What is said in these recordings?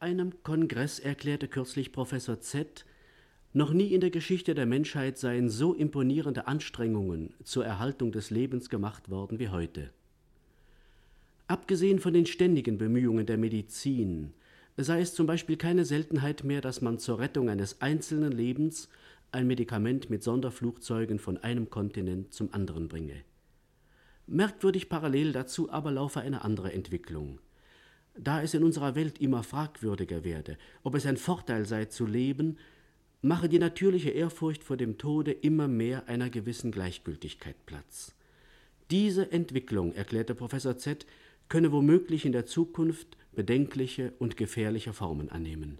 einem Kongress erklärte kürzlich Professor Z, noch nie in der Geschichte der Menschheit seien so imponierende Anstrengungen zur Erhaltung des Lebens gemacht worden wie heute. Abgesehen von den ständigen Bemühungen der Medizin sei es zum Beispiel keine Seltenheit mehr, dass man zur Rettung eines einzelnen Lebens ein Medikament mit Sonderflugzeugen von einem Kontinent zum anderen bringe. Merkwürdig parallel dazu aber laufe eine andere Entwicklung. Da es in unserer Welt immer fragwürdiger werde, ob es ein Vorteil sei zu leben, mache die natürliche Ehrfurcht vor dem Tode immer mehr einer gewissen Gleichgültigkeit Platz. Diese Entwicklung, erklärte Professor Z, könne womöglich in der Zukunft bedenkliche und gefährliche Formen annehmen.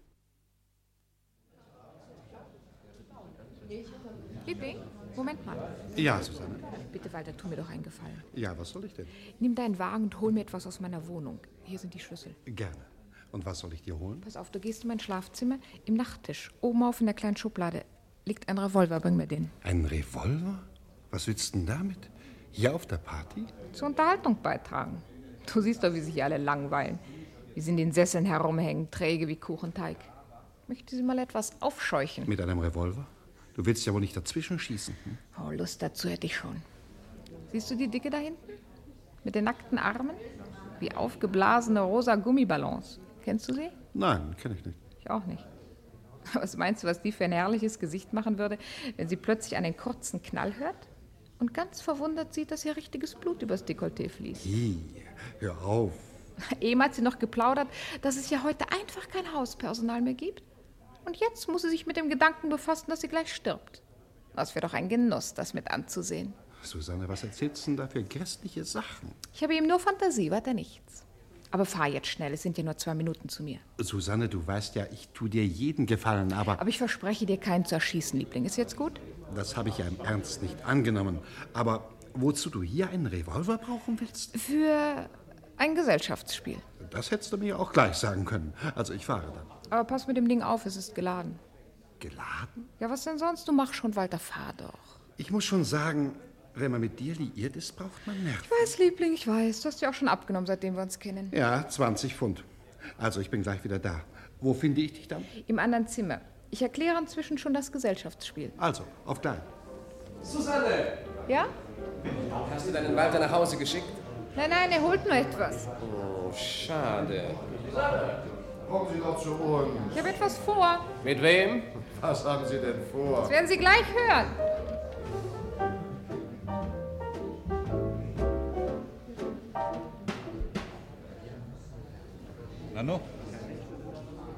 Liebling, Moment mal. Ja, Susanne. Bitte, Walter, tu mir doch einen Gefallen. Ja, was soll ich denn? Nimm deinen Wagen und hol mir etwas aus meiner Wohnung. Hier sind die Schlüssel. Gerne. Und was soll ich dir holen? Pass auf, du gehst in mein Schlafzimmer im Nachttisch. Oben auf in der kleinen Schublade liegt ein Revolver. Bring mir den. Ein Revolver? Was willst du denn damit? Hier auf der Party? Zur Unterhaltung beitragen. Du siehst doch, wie sich alle langweilen. Wie sie in den Sesseln herumhängen, träge wie Kuchenteig. Möchte sie mal etwas aufscheuchen? Mit einem Revolver? Du willst ja wohl nicht dazwischen schießen. Hm? Oh, Lust dazu hätte ich schon. Siehst du die Dicke da hinten? Mit den nackten Armen? Wie aufgeblasene rosa Gummiballons. Kennst du sie? Nein, kenne ich nicht. Ich auch nicht. Was meinst du, was die für ein herrliches Gesicht machen würde, wenn sie plötzlich einen kurzen Knall hört und ganz verwundert sieht, dass ihr richtiges Blut übers Dekolleté fließt? Ih, hör auf. Eben hat sie noch geplaudert, dass es ja heute einfach kein Hauspersonal mehr gibt. Und jetzt muss sie sich mit dem Gedanken befassen, dass sie gleich stirbt. Das wäre doch ein Genuss, das mit anzusehen. Susanne, was erzählst du denn da für grässliche Sachen? Ich habe ihm nur Fantasie, weiter nichts. Aber fahr jetzt schnell, es sind ja nur zwei Minuten zu mir. Susanne, du weißt ja, ich tue dir jeden Gefallen, aber Aber ich verspreche dir keinen zu erschießen, Liebling. Ist jetzt gut? das habe ich ja im Ernst nicht angenommen. Aber wozu du hier einen Revolver brauchen willst, Für ein Gesellschaftsspiel. das hättest du mir auch gleich sagen können. Also ich fahre dann. Aber pass mit dem Ding auf, es ist geladen. Geladen? Ja, was denn sonst? Du mach schon, Walter, fahr doch. Ich muss schon sagen, wenn man mit dir liiert ist, braucht man Nerven. Ich weiß, Liebling, ich weiß. Du hast ja auch schon abgenommen, seitdem wir uns kennen. Ja, 20 Pfund. Also ich bin gleich wieder da. Wo finde ich dich dann? Im anderen Zimmer. Ich erkläre inzwischen schon das Gesellschaftsspiel. Also, auf gleich. Susanne, Ja? hast du deinen Walter nach Hause geschickt? Nein, nein, er holt nur etwas. Oh, schade. Kommen Sie doch zu uns. Ich habe etwas vor. Mit wem? Was haben Sie denn vor? Das werden Sie gleich hören. Nano?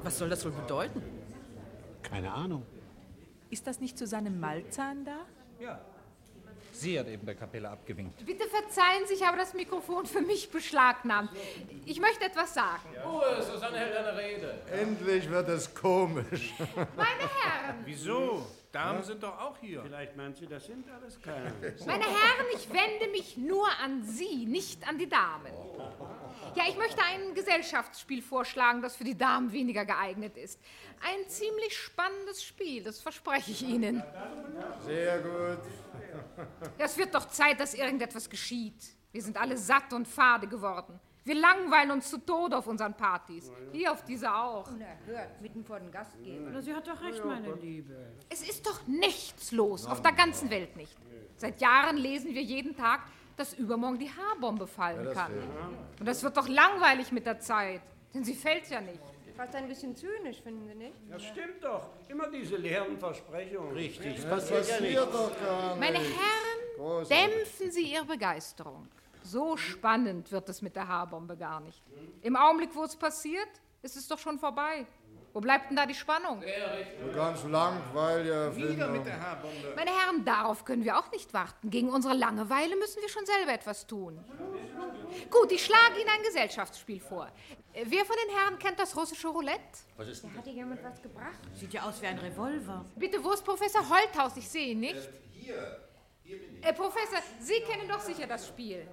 Was soll das wohl bedeuten? Keine Ahnung. Ist das nicht Susanne Malzahn da? Sie hat eben der Kapelle abgewinkt. Bitte verzeihen Sie, ich habe das Mikrofon für mich beschlagnahmt. Ich möchte etwas sagen. Ruhe, Susanne hält eine Rede. Endlich wird es komisch. Meine Herren, Wieso? Damen sind doch auch hier. Vielleicht meint sie, das sind alles keine. meine Herren, ich wende mich nur an Sie, nicht an die Damen. Ja, ich möchte ein Gesellschaftsspiel vorschlagen, das für die Damen weniger geeignet ist. Ein ziemlich spannendes Spiel, das verspreche ich Ihnen. Sehr gut. Ja, Es wird doch Zeit, dass irgendetwas geschieht. Wir sind alle satt und fade geworden. Wir langweilen uns zu Tode auf unerhört. unseren Partys. Hier auf dieser auch. Unerhört, mitten vor den Gastgeber. Sie hat doch recht, meine Liebe. Es ist doch nichts los, auf der ganzen Welt nicht. Seit Jahren lesen wir jeden Tag, dass übermorgen die Haarbombe fallen kann. Und das wird doch langweilig mit der Zeit, denn sie fällt ja nicht. Fast ein bisschen zynisch, finden Sie nicht? Das stimmt doch. Immer diese leeren Versprechungen. Richtig. Das passiert doch gar nicht. Meine Herren, dämpfen Sie Ihre Begeisterung. So spannend wird es mit der Haarbombe gar nicht. Im Augenblick, wo es passiert, ist es doch schon vorbei. Wo bleibt denn da die Spannung? Eine ganz langweilige Wieder mit Erfindung. der Haarbombe. Meine Herren, darauf können wir auch nicht warten. Gegen unsere Langeweile müssen wir schon selber etwas tun. Gut, ich schlage Ihnen ein Gesellschaftsspiel vor. Äh, Wer von den Herren kennt das russische Roulette? Da hat dir jemand was gebracht. Sieht ja aus wie ein Revolver. Bitte, wo ist Professor Holthaus? Ich sehe ihn nicht. hier. Äh, Professor, Sie kennen doch sicher das Spiel.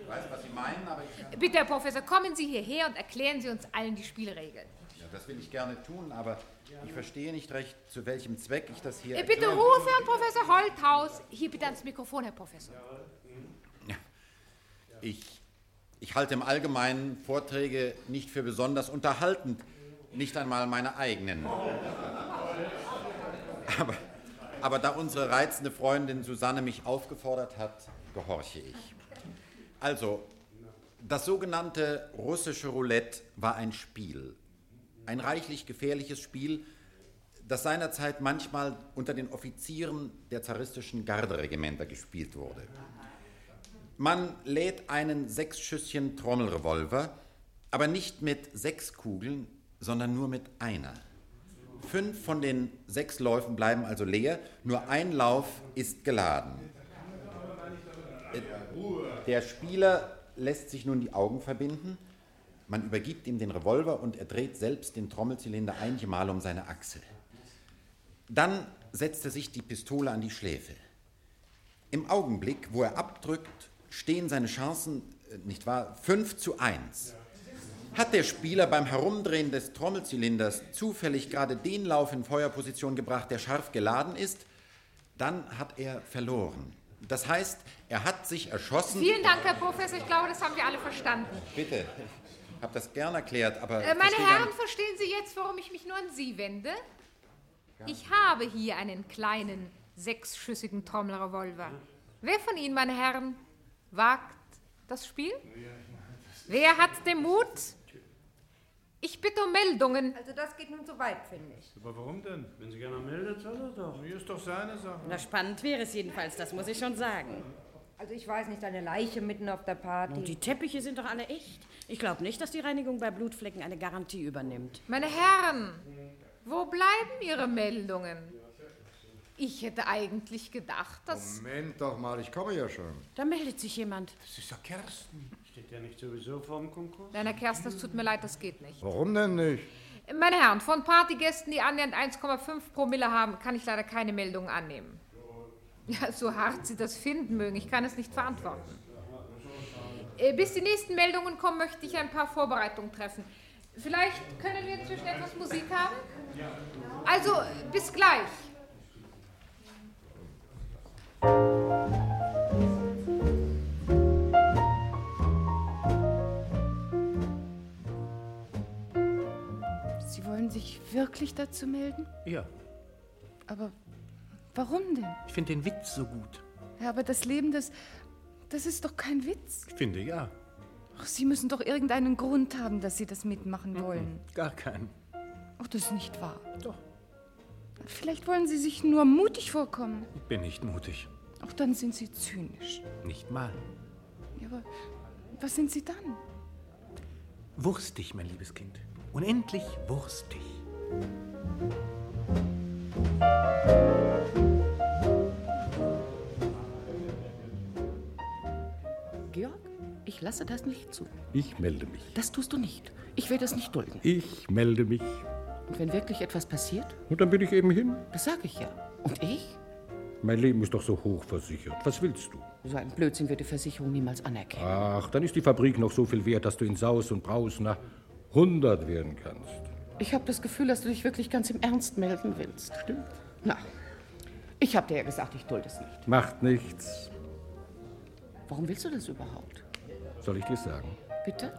Ich weiß, was Sie meinen, aber ich, Bitte, Herr Professor, kommen Sie hierher und erklären Sie uns allen die Spielregeln. ja, das will ich gerne tun, aber ich verstehe nicht recht, zu welchem Zweck ich das hier. Äh, Bitte Ruhe für Herrn Professor Holthaus. Hier bitte ans Mikrofon, Herr Professor. Mhm. Ich, ich halte im Allgemeinen Vorträge nicht für besonders unterhaltend. Nicht einmal meine eigenen. Aber, aber da unsere reizende Freundin Susanne mich aufgefordert hat, gehorche ich. Also, das sogenannte russische Roulette war ein Spiel. Ein reichlich gefährliches Spiel, das seinerzeit manchmal unter den Offizieren der zaristischen Garderegimenter gespielt wurde. Man lädt einen sechs Schüsschen Trommelrevolver, aber nicht mit sechs Kugeln, sondern nur mit einer. Fünf von den sechs Läufen bleiben also leer, nur ein Lauf ist geladen. Äh, Der Spieler lässt sich nun die Augen verbinden, man übergibt ihm den Revolver und er dreht selbst den Trommelzylinder einige Mal um seine Achse. Dann setzt er sich die Pistole an die Schläfe. Im Augenblick, wo er abdrückt, stehen seine Chancen, äh, nicht wahr, 5 zu 1. Hat der Spieler beim Herumdrehen des Trommelzylinders zufällig gerade den Lauf in Feuerposition gebracht, der scharf geladen ist, dann hat er verloren. Das heißt, er hat sich erschossen. Vielen Dank, Herr Professor. Ich glaube, das haben wir alle verstanden. Bitte, ich habe das gern erklärt, aber. Äh, meine verstehe gar Herren, nicht- verstehen Sie jetzt, warum ich mich nur an Sie wende? Ja. Ich habe hier einen kleinen, sechsschüssigen Trommelrevolver. Wer von Ihnen, meine Herren, wagt das Spiel? Wer hat den Mut? Ich bitte um Meldungen. Also das geht nun zu weit, finde ich. Aber warum denn? Wenn sich einer meldet, soll er doch. Hier ist doch seine Sache. Na, spannend wäre es jedenfalls, das muss ich schon sagen. Also ich weiß nicht, eine Leiche mitten auf der Party. Und Oh, die Teppiche sind doch alle echt. Ich glaube nicht, dass die Reinigung bei Blutflecken eine Garantie übernimmt. Meine Herren, wo bleiben Ihre Meldungen? Ich hätte eigentlich gedacht, dass... Moment doch mal, ich komme ja schon. Da meldet sich jemand. Das ist doch Kersten. Steht ja nicht sowieso vorm Konkurs? Nein, Herr Kersten, es tut mir leid, das geht nicht. Warum denn nicht? Meine Herren, von Partygästen, die annähernd 1,5 Promille haben, kann ich leider keine Meldungen annehmen. Ja, so hart Sie das finden mögen, ich kann es nicht verantworten. Äh, Bis die nächsten Meldungen kommen, möchte ich ein paar Vorbereitungen treffen. Vielleicht können wir inzwischen etwas Musik haben? Also, bis gleich. Sie wollen sich wirklich dazu melden? Ja, Aber warum denn? ich finde den Witz so gut. Ja, aber das Leben, das, das ist doch kein Witz. Ich finde ja. Ach, Sie müssen doch irgendeinen Grund haben, dass Sie das Mhm. mitmachen wollen. Gar keinen. Ach, das ist nicht wahr. Doch. Vielleicht wollen Sie sich nur mutig vorkommen. Ich bin nicht mutig. Ach, dann sind Sie zynisch. Nicht mal. Ja, aber was sind Sie dann? Wurstig, mein liebes Kind. Unendlich wurstig. Georg, ich lasse das nicht zu. Ich melde mich. Das tust du nicht. Ich werde es nicht dulden. Ich melde mich. Und wenn wirklich etwas passiert? Und dann bin ich eben hin. Das sage ich ja. Und ich? Mein Leben ist doch so hoch versichert. Was willst du? So einen Blödsinn wird die Versicherung niemals anerkennen. Ach, dann ist die Fabrik noch so viel wert, dass du in Saus und Braus nach 100 werden kannst. Ich habe das Gefühl, dass du dich wirklich ganz im Ernst melden willst. Stimmt. Na, ich habe dir ja gesagt, ich dulde es nicht. Macht nichts. Warum willst du das überhaupt? Soll ich dir sagen? Bitte?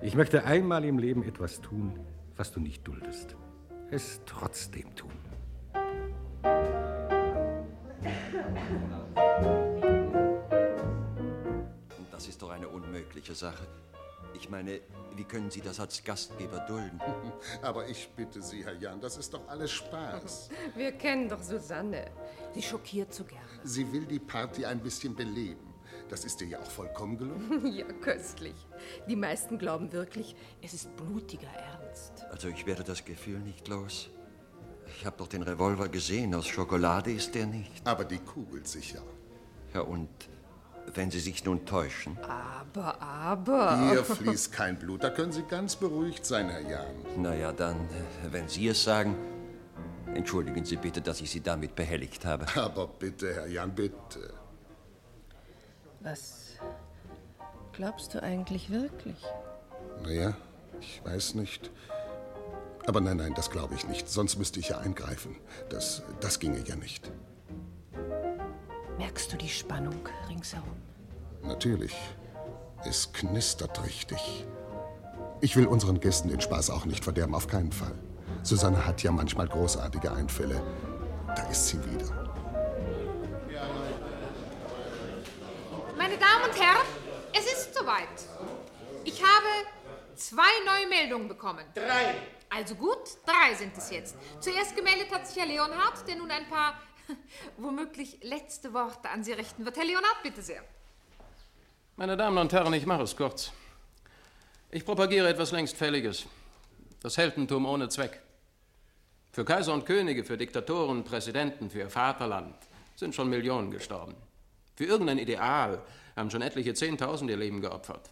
Ich möchte einmal im Leben etwas tun, was du nicht duldest. Es trotzdem tun. Und Das ist doch eine unmögliche Sache. Ich meine, wie können Sie das als Gastgeber dulden? Aber ich bitte Sie, Herr Jan, das ist doch alles Spaß. Wir kennen doch Susanne. Sie schockiert so gern. Sie will die Party ein bisschen beleben. Das ist dir ja auch vollkommen gelungen. Ja, köstlich. Die meisten glauben wirklich, es ist blutiger Ernst. Also ich werde das Gefühl nicht los. Ich habe doch den Revolver gesehen, aus Schokolade ist der nicht. Aber die Kugel sicher. Ja, und wenn Sie sich nun täuschen? Aber, aber. Hier fließt kein Blut, da können Sie ganz beruhigt sein, Herr Jan. Na ja, dann, äh, wenn Sie es sagen, entschuldigen Sie bitte, dass ich Sie damit behelligt habe. Aber bitte, Herr Jan, bitte. Was glaubst du eigentlich wirklich? Naja, ich weiß nicht. Aber nein, nein, das glaube ich nicht. Sonst müsste ich ja eingreifen. Das, das ginge ja nicht. Merkst du die Spannung ringsherum? Natürlich. Es knistert richtig. Ich will unseren Gästen den Spaß auch nicht verderben, auf keinen Fall. Susanne hat ja manchmal großartige Einfälle. Da ist sie wieder. Meine Damen und Herren, es ist soweit. Ich habe zwei neue Meldungen bekommen. Drei. Also gut, drei sind es jetzt. Zuerst gemeldet hat sich Herr Leonhardt, der nun ein paar womöglich letzte Worte an Sie richten wird. Herr Leonhardt, bitte sehr. Meine Damen und Herren, ich mache es kurz. Ich propagiere etwas längst Fälliges. Das Heldentum ohne Zweck. Für Kaiser und Könige, für Diktatoren, Präsidenten, für ihr Vaterland sind schon Millionen gestorben. Für irgendein Ideal haben schon etliche Zehntausende ihr Leben geopfert.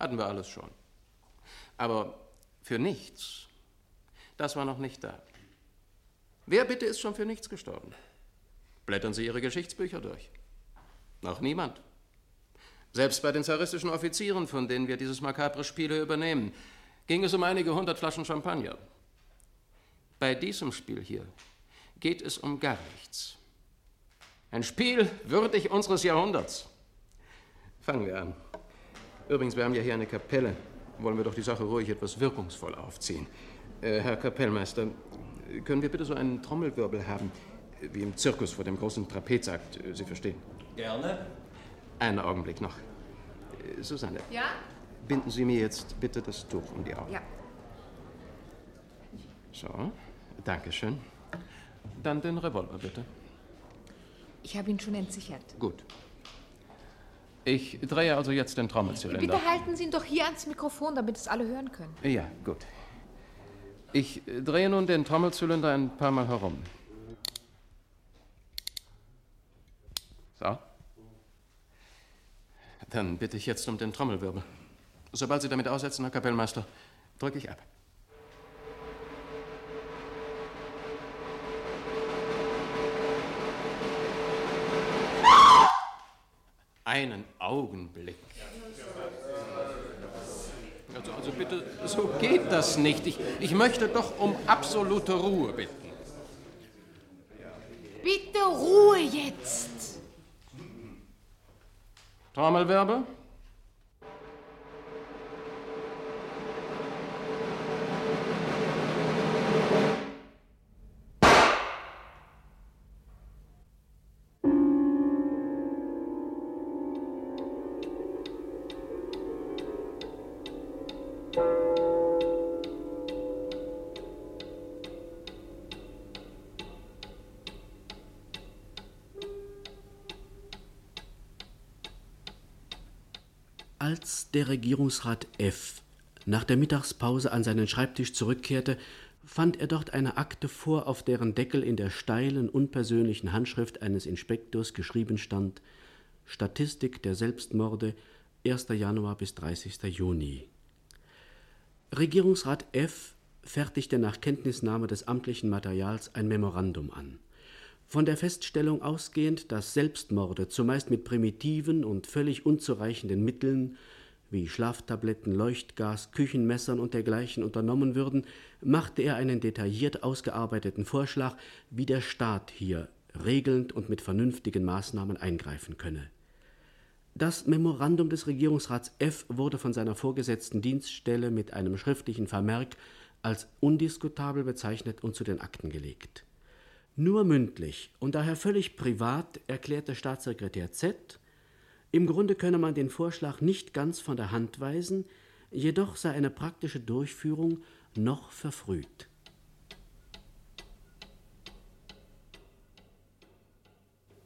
Hatten wir alles schon. Aber für nichts, das war noch nicht da. Wer bitte ist schon für nichts gestorben? Blättern Sie Ihre Geschichtsbücher durch. Noch niemand. Selbst bei den zaristischen Offizieren, von denen wir dieses makabre Spiel hier übernehmen, ging es um einige hundert Flaschen Champagner. Bei diesem Spiel hier geht es um gar nichts. Ein Spiel würdig unseres Jahrhunderts. Fangen wir an. Übrigens, wir haben ja hier eine Kapelle. Wollen wir doch die Sache ruhig etwas wirkungsvoll aufziehen. Äh, Herr Kapellmeister, können wir bitte so einen Trommelwirbel haben, wie im Zirkus vor dem großen Trapezakt? äh, Sie verstehen. Gerne. Einen Augenblick noch. Äh, Susanne, Ja? binden Sie mir jetzt bitte das Tuch um die Augen. Ja. So, Dankeschön. Dann den Revolver bitte. Ich habe ihn schon entsichert. Gut. Ich drehe also jetzt den Trommelzylinder. Bitte halt. halten Sie ihn doch hier ans Mikrofon, damit es alle hören können. Ja, gut. Ich äh, drehe nun den Trommelzylinder ein paar Mal herum. So. Dann bitte ich jetzt um den Trommelwirbel. Sobald Sie damit aussetzen, Herr Kapellmeister, drücke ich ab. Einen Augenblick. Also, also bitte, so geht das nicht. Ich, ich möchte doch um absolute Ruhe bitten. Bitte Ruhe jetzt! Trommelwirbel? Als der Regierungsrat F. nach der Mittagspause an seinen Schreibtisch zurückkehrte, fand er dort eine Akte vor, auf deren Deckel in der steilen, unpersönlichen Handschrift eines Inspektors geschrieben stand Statistik der Selbstmorde 1. Januar bis 30. Juni. Regierungsrat F. fertigte nach Kenntnisnahme des amtlichen Materials ein Memorandum an. Von der Feststellung ausgehend, dass Selbstmorde zumeist mit primitiven und völlig unzureichenden Mitteln wie Schlaftabletten, Leuchtgas, Küchenmessern und dergleichen unternommen würden, machte er einen detailliert ausgearbeiteten Vorschlag, wie der Staat hier regelnd und mit vernünftigen Maßnahmen eingreifen könne. Das Memorandum des Regierungsrats F. wurde von seiner vorgesetzten Dienststelle mit einem schriftlichen Vermerk als undiskutabel bezeichnet und zu den Akten gelegt. Nur mündlich und daher völlig privat erklärte Staatssekretär Z, im Grunde könne man den Vorschlag nicht ganz von der Hand weisen, jedoch sei eine praktische Durchführung noch verfrüht.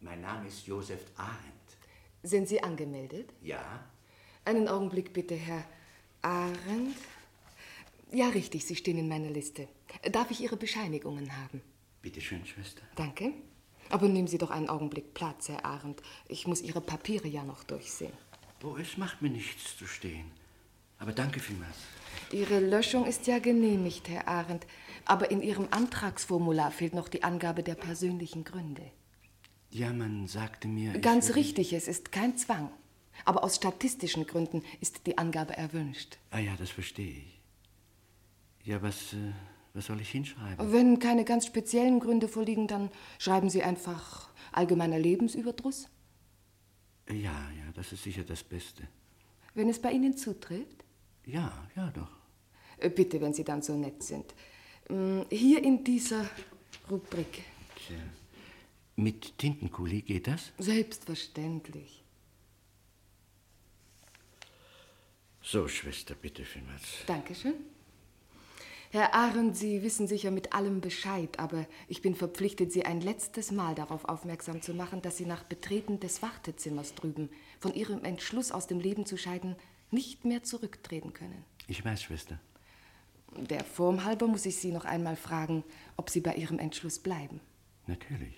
Mein Name ist Josef Arendt. Sind Sie angemeldet? Ja? Einen Augenblick bitte, Herr Arendt. Ja, richtig, Sie stehen in meiner Liste. Darf ich Ihre Bescheinigungen haben? Bitte schön, Schwester. Danke. Aber nehmen Sie doch einen Augenblick Platz, Herr Arendt. Ich muss Ihre Papiere ja noch durchsehen. Oh, es macht mir nichts zu stehen. Aber danke vielmals. Ihre Löschung ist ja genehmigt, Herr Arendt. Aber in Ihrem Antragsformular fehlt noch die Angabe der persönlichen Gründe. Ja, man sagte mir. ich Ganz würde- richtig, es ist kein Zwang. Aber aus statistischen Gründen ist die Angabe erwünscht. Ah ja, das verstehe ich. Ja, was, äh, was soll ich hinschreiben? Wenn keine ganz speziellen Gründe vorliegen, dann schreiben Sie einfach allgemeiner Lebensüberdruss, Ja, ja, das ist sicher das Beste. wenn es bei Ihnen zutrifft. Ja, ja, doch. Äh, Bitte, wenn Sie dann so nett sind. Mm, Hier in dieser Rubrik. Tja. Mit Tintenkuli geht das? Selbstverständlich. So, Schwester, bitte vielmals. Dankeschön. Herr Arendt, Sie wissen sicher mit allem Bescheid, aber ich bin verpflichtet, Sie ein letztes Mal darauf aufmerksam zu machen, dass Sie nach Betreten des Wartezimmers drüben von Ihrem Entschluss, aus dem Leben zu scheiden, nicht mehr zurücktreten können. Ich weiß, Schwester. Der Form halber muss ich Sie noch einmal fragen, ob Sie bei Ihrem Entschluss bleiben. Natürlich.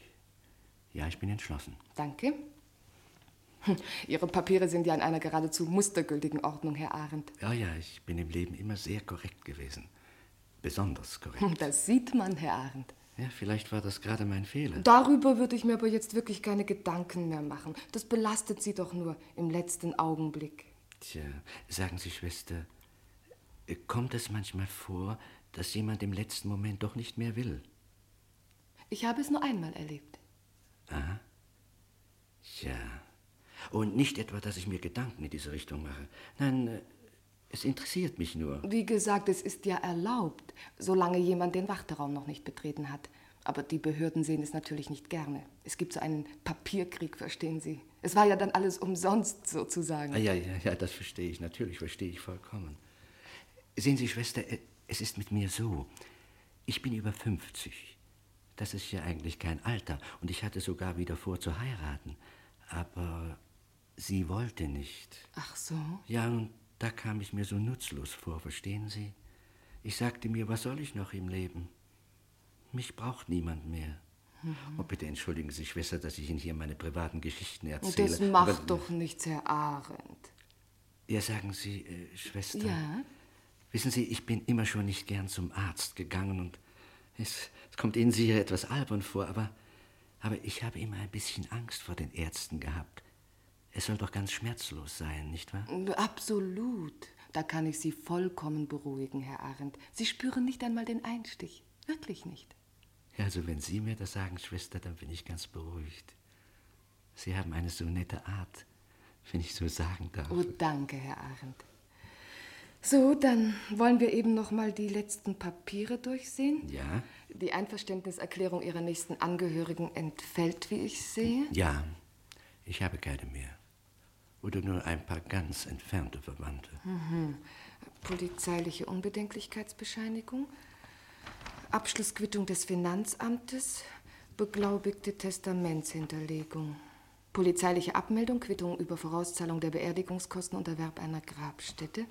Ja, ich bin entschlossen. Danke. Hm, Ihre Papiere sind ja in einer geradezu mustergültigen Ordnung, Herr Arendt. Ja, ja, ich bin im Leben immer sehr korrekt gewesen. Besonders korrekt. Hm, Das sieht man, Herr Arendt. Ja, vielleicht war das gerade mein Fehler. Darüber würde ich mir aber jetzt wirklich keine Gedanken mehr machen. Das belastet Sie doch nur im letzten Augenblick. Tja, sagen Sie, Schwester, äh, kommt es manchmal vor, dass jemand im letzten Moment doch nicht mehr will? Ich habe es nur einmal erlebt. Aha. Ja. Und nicht etwa, dass ich mir Gedanken in diese Richtung mache. Nein, äh, es interessiert mich nur. Wie gesagt, es ist ja erlaubt, solange jemand den Warteraum noch nicht betreten hat. Aber die Behörden sehen es natürlich nicht gerne. Es gibt so einen Papierkrieg, verstehen Sie? Es war ja dann alles umsonst, sozusagen. Ah, ja, ja, ja, das verstehe ich. Natürlich verstehe ich vollkommen. Sehen Sie, Schwester, äh, es ist mit mir so. Ich bin über 50. Das ist ja eigentlich kein Alter. Und ich hatte sogar wieder vor zu heiraten. Aber sie wollte nicht. Ach so. Ja, und da kam ich mir so nutzlos vor, verstehen Sie? Ich sagte mir, was soll ich noch im Leben? Mich braucht niemand mehr. Mhm. Oh, bitte entschuldigen Sie, Schwester, dass ich Ihnen hier meine privaten Geschichten Und erzähle. das macht aber- doch nichts, Herr Arendt. Ja, sagen Sie, äh, Schwester. Ja? Wissen Sie, ich bin immer schon nicht gern zum Arzt gegangen und es, es kommt Ihnen sicher etwas albern vor, aber, aber ich habe immer ein bisschen Angst vor den Ärzten gehabt. Es soll doch ganz schmerzlos sein, nicht wahr? Absolut. Da kann ich Sie vollkommen beruhigen, Herr Arendt. Sie spüren nicht einmal den Einstich. Wirklich nicht. Ja, also wenn Sie mir das sagen, Schwester, dann bin ich ganz beruhigt. Sie haben eine so nette Art, wenn ich so sagen darf. Oh, danke, Herr Arendt. So, dann wollen wir eben noch mal die letzten Papiere durchsehen. Ja? Die Einverständniserklärung Ihrer nächsten Angehörigen entfällt, wie ich sehe. Ja, ich habe keine mehr. Oder nur ein paar ganz entfernte Verwandte. Mhm. Polizeiliche Unbedenklichkeitsbescheinigung, Abschlussquittung des Finanzamtes, beglaubigte Testamentshinterlegung, polizeiliche Abmeldung, Quittung über Vorauszahlung der Beerdigungskosten und Erwerb einer Grabstätte.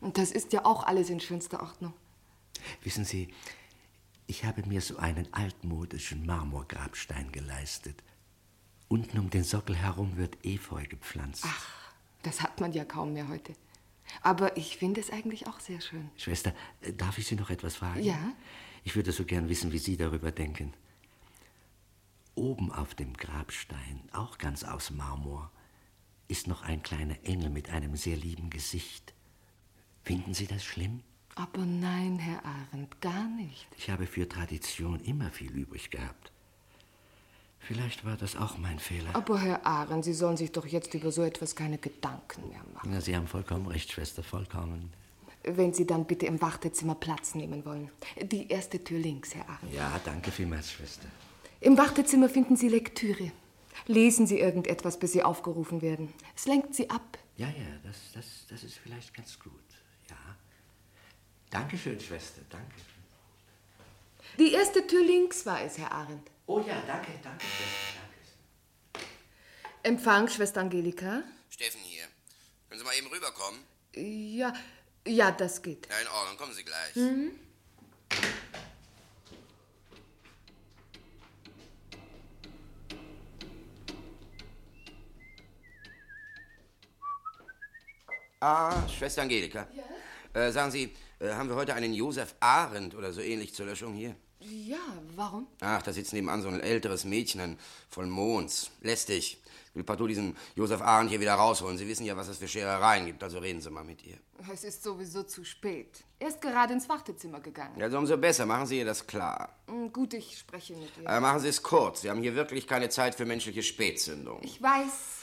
Und das ist ja auch alles in schönster Ordnung. Wissen Sie, ich habe mir so einen altmodischen Marmorgrabstein geleistet. Unten um den Sockel herum wird Efeu gepflanzt. Ach. Das hat man ja kaum mehr heute. Aber ich finde es eigentlich auch sehr schön. Schwester, äh, darf ich Sie noch etwas fragen? Ja? Ich würde so gern wissen, wie Sie darüber denken. Oben auf dem Grabstein, auch ganz aus Marmor, ist noch ein kleiner Engel mit einem sehr lieben Gesicht. Finden Sie das schlimm? Aber nein, Herr Arendt, gar nicht. Ich habe für Tradition immer viel übrig gehabt. Vielleicht war das auch mein Fehler. Aber Herr Arendt, Sie sollen sich doch jetzt über so etwas keine Gedanken mehr machen. Na, Sie haben vollkommen recht, Schwester, vollkommen. Wenn Sie dann bitte im Wartezimmer Platz nehmen wollen. Die erste Tür links, Herr Arendt. Ja, danke vielmals, Schwester. Im Wartezimmer finden Sie Lektüre. Lesen Sie irgendetwas, bis Sie aufgerufen werden. Es lenkt Sie ab. Ja, ja, das, das, das ist vielleicht ganz gut. Ja. Dankeschön, Schwester, danke. Die erste Tür links war es, Herr Arendt. Oh ja, danke, danke, Schwester, danke. Empfang, Schwester Angelika? Steffen hier. Können Sie mal eben rüberkommen? Ja, ja, das geht. Ja, in Ordnung, kommen Sie Äh, gleich. Mhm. Ah, Schwester Angelika. Ja? Äh, sagen Sie, äh, haben wir heute einen Josef Arendt oder so ähnlich zur Löschung hier? Ja, warum? Ach, da sitzt nebenan so ein älteres Mädchen, ein Vollmonds. Lästig. Ich will partout diesen Josef Arendt hier wieder rausholen. Sie wissen ja, was es für Scherereien gibt, also reden Sie mal mit ihr. Es ist sowieso zu spät. Er ist gerade ins Wartezimmer gegangen. Also umso besser, machen Sie ihr das klar. Hm, Gut, ich spreche mit ihr. Äh, Aber machen Sie es kurz. Sie haben hier wirklich keine Zeit für menschliche Spätzündung. Ich weiß.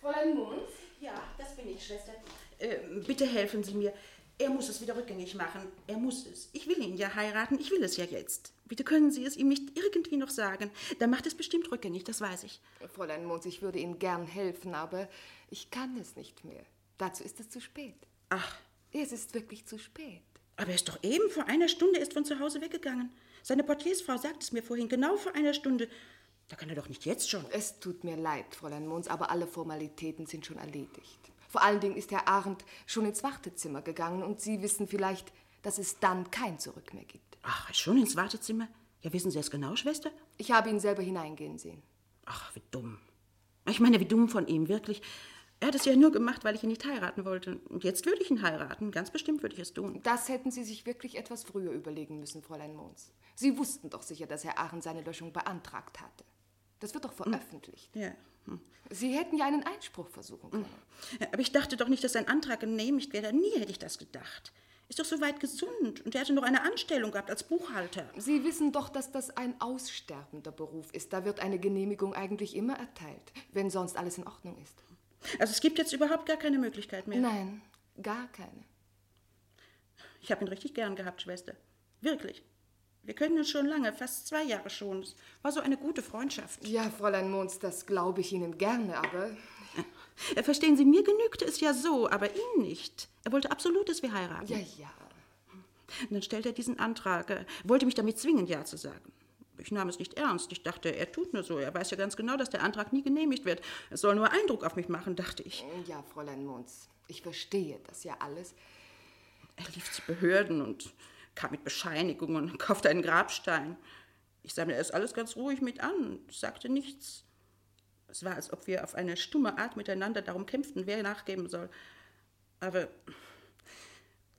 Fräulein Mund? Ja, das bin ich. Schwester, äh, bitte helfen Sie mir. Er muss es wieder rückgängig machen. Er muss es. Ich will ihn ja heiraten. Ich will es ja jetzt. Bitte können Sie es ihm nicht irgendwie noch sagen. Dann macht es bestimmt rückgängig, das weiß ich. Fräulein Mons, ich würde Ihnen gern helfen, aber ich kann es nicht mehr. Dazu ist es zu spät. Ach. Es ist wirklich zu spät. Aber er ist doch eben vor einer Stunde erst von zu Hause weggegangen. Seine Portiersfrau sagt es mir vorhin, genau vor einer Stunde. Da kann er doch nicht jetzt schon. Es tut mir leid, Fräulein Mons, aber alle Formalitäten sind schon erledigt. Vor allen Dingen ist Herr Arendt schon ins Wartezimmer gegangen und Sie wissen vielleicht, dass es dann kein Zurück mehr gibt. Ach, schon ins Wartezimmer? Ja, wissen Sie es genau, Schwester? Ich habe ihn selber hineingehen sehen. Ach, wie dumm. Ich meine, wie dumm von ihm, wirklich. Er hat es ja nur gemacht, weil ich ihn nicht heiraten wollte. Und jetzt würde ich ihn heiraten. Ganz bestimmt würde ich es tun. Das hätten Sie sich wirklich etwas früher überlegen müssen, Fräulein Mons. Sie wussten doch sicher, dass Herr Arendt seine Löschung beantragt hatte. Das wird doch veröffentlicht. Hm. Ja. Sie hätten ja einen Einspruch versuchen können. Hm. Aber ich dachte doch nicht, dass sein Antrag genehmigt wäre. Nie hätte ich das gedacht. Ist doch so weit gesund. Und er hatte noch eine Anstellung gehabt als Buchhalter. Sie wissen doch, dass das ein aussterbender Beruf ist. Da wird eine Genehmigung eigentlich immer erteilt, wenn sonst alles in Ordnung ist. Also es gibt jetzt überhaupt gar keine Möglichkeit mehr. Nein, gar keine. Ich habe ihn richtig gern gehabt, Schwester. Wirklich. Wir kennen uns schon lange, fast zwei Jahre schon. Es war so eine gute Freundschaft. Ja, Fräulein Mons, das glaube ich Ihnen gerne, aber. Äh, Verstehen Sie, mir genügte es ja so, aber Ihnen nicht. Er wollte absolut, dass wir heiraten. Ja, ja. Und dann stellte er diesen Antrag, äh, wollte mich damit zwingen, Ja zu sagen. Ich nahm es nicht ernst. Ich dachte, er tut nur so. Er weiß ja ganz genau, dass der Antrag nie genehmigt wird. Es soll nur Eindruck auf mich machen, dachte ich. Ja, Fräulein Mons, ich verstehe das ja alles. Er lief zu Behörden und kam mit Bescheinigungen und kaufte einen Grabstein. Ich sah mir das alles ganz ruhig mit an und sagte nichts. Es war, als ob wir auf eine stumme Art miteinander darum kämpften, wer nachgeben soll. Aber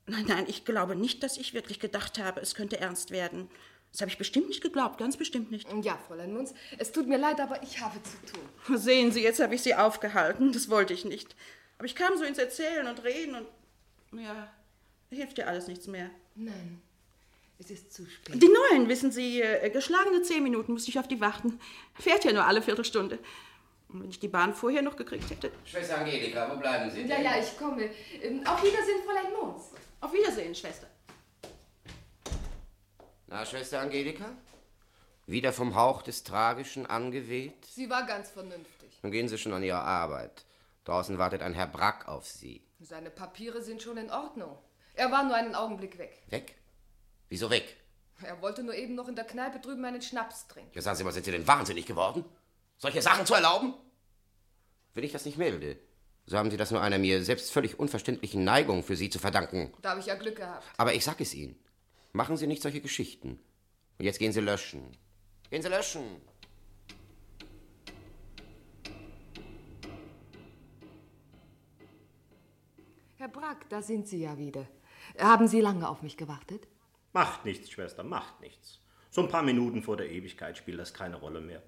nein, nein, ich glaube nicht, dass ich wirklich gedacht habe, es könnte ernst werden. Das habe ich bestimmt nicht geglaubt, ganz bestimmt nicht. Ja, Fräulein Munz, es tut mir leid, aber ich habe zu tun. Sehen Sie, jetzt habe ich Sie aufgehalten, das wollte ich nicht. Aber ich kam so ins Erzählen und Reden und ja, hilft dir alles nichts mehr. Nein, es ist zu spät. Die Neuen, wissen Sie, äh, geschlagene zehn Minuten musste ich auf die warten. Fährt ja nur alle Viertelstunde. Und wenn ich die Bahn vorher noch gekriegt hätte. Schwester Angelika, wo bleiben Sie? Ja, denn? ja, ich komme. Ähm, Auf Wiedersehen, Fräulein Mons. Auf Wiedersehen, Schwester. Na, Schwester Angelika? Wieder vom Hauch des Tragischen angeweht? Sie war ganz vernünftig. Nun gehen Sie schon an Ihre Arbeit. Draußen wartet ein Herr Brack auf Sie. Seine Papiere sind schon in Ordnung. Er war nur einen Augenblick weg. Weg? Wieso weg? Er wollte nur eben noch in der Kneipe drüben einen Schnaps trinken. Ja, sagen Sie mal, sind Sie denn wahnsinnig geworden? Solche Sachen zu erlauben? Wenn ich das nicht melde, so haben Sie das nur einer mir selbst völlig unverständlichen Neigung für Sie zu verdanken. Da habe ich ja Glück gehabt. Aber ich sag es Ihnen. Machen Sie nicht solche Geschichten. Und jetzt gehen Sie löschen. Gehen Sie löschen. Herr Brack, da sind Sie ja wieder. Haben Sie lange auf mich gewartet? Macht nichts, Schwester, macht nichts. So ein paar Minuten vor der Ewigkeit spielt das keine Rolle mehr.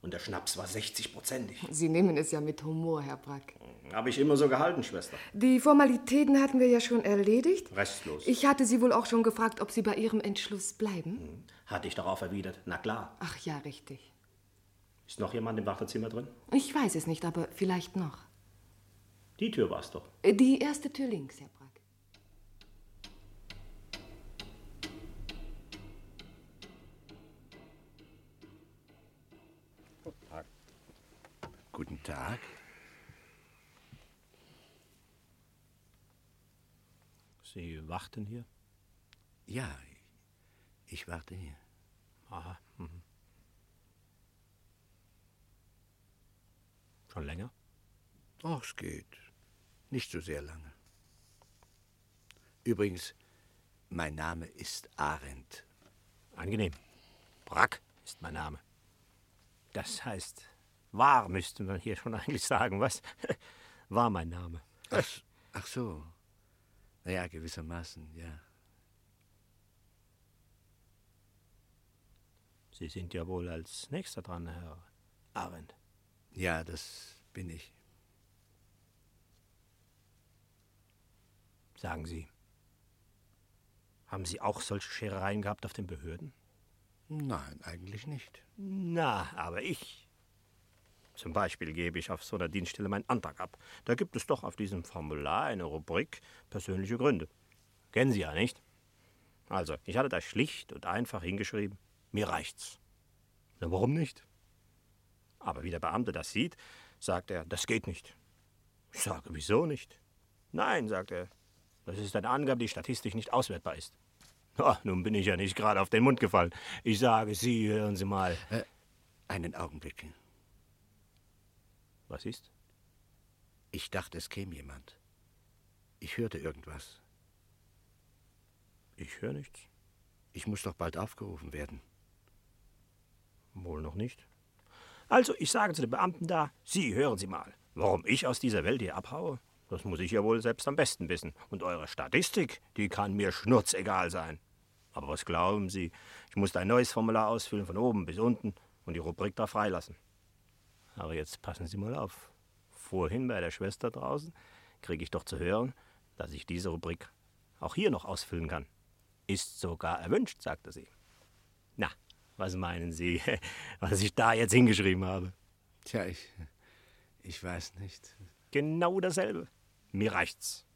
Und der Schnaps war 60-prozentig. Sie nehmen es ja mit Humor, Herr Brack. Habe ich immer so gehalten, Schwester. Die Formalitäten hatten wir ja schon erledigt. Restlos. Ich hatte Sie wohl auch schon gefragt, ob Sie bei Ihrem Entschluss bleiben. Hm. Hatte ich darauf erwidert. Na klar. Ach ja, richtig. Ist noch jemand im Wartezimmer drin? Ich weiß es nicht, aber vielleicht noch. Die Tür war's doch. Die erste Tür links, Herr Brack. Guten Tag. Sie warten hier? Ja, ich, ich warte hier. Aha. Mhm. Schon länger? Ach, es geht. Nicht so sehr lange. Übrigens, mein Name ist Arendt. Angenehm. Brack ist mein Name. Das heißt, war müsste man hier schon eigentlich sagen, was? War mein Name. Ach, s- ach so. Naja, gewissermaßen, ja. Sie sind ja wohl als nächster dran, Herr Arendt. Ja, das bin ich. Sagen Sie, haben Sie auch solche Scherereien gehabt auf den Behörden? Nein, eigentlich nicht. Na, aber ich. Zum Beispiel gebe ich auf so einer Dienststelle meinen Antrag ab. Da gibt es doch auf diesem Formular eine Rubrik persönliche Gründe. Kennen Sie ja nicht. Also, ich hatte da schlicht und einfach hingeschrieben, mir reicht's. Na, warum nicht? Aber wie der Beamte das sieht, sagt er, das geht nicht. Ich sage, wieso nicht? Nein, sagt er, das ist eine Angabe, die statistisch nicht auswertbar ist. Ah, nun bin ich ja nicht gerade auf den Mund gefallen. Ich sage, Sie hören Sie mal. einen Augenblick. Was ist? Ich dachte, es käme jemand. Ich hörte irgendwas. Ich höre nichts. Ich muss doch bald aufgerufen werden. Wohl noch nicht. Also, ich sage zu den Beamten da, Sie hören Sie mal. Warum ich aus dieser Welt hier abhaue, das muss ich ja wohl selbst am besten wissen. Und eure Statistik, die kann mir schnurzegal sein. Aber was glauben Sie? Ich musste ein neues Formular ausfüllen, von oben bis unten, und die Rubrik da freilassen. Aber jetzt passen Sie mal auf. Vorhin bei der Schwester draußen kriege ich doch zu hören, dass ich diese Rubrik auch hier noch ausfüllen kann. Ist sogar erwünscht, sagte sie. Na, was meinen Sie, was ich da jetzt hingeschrieben habe? Tja, ich. Ich weiß nicht. Genau dasselbe. Mir reicht's.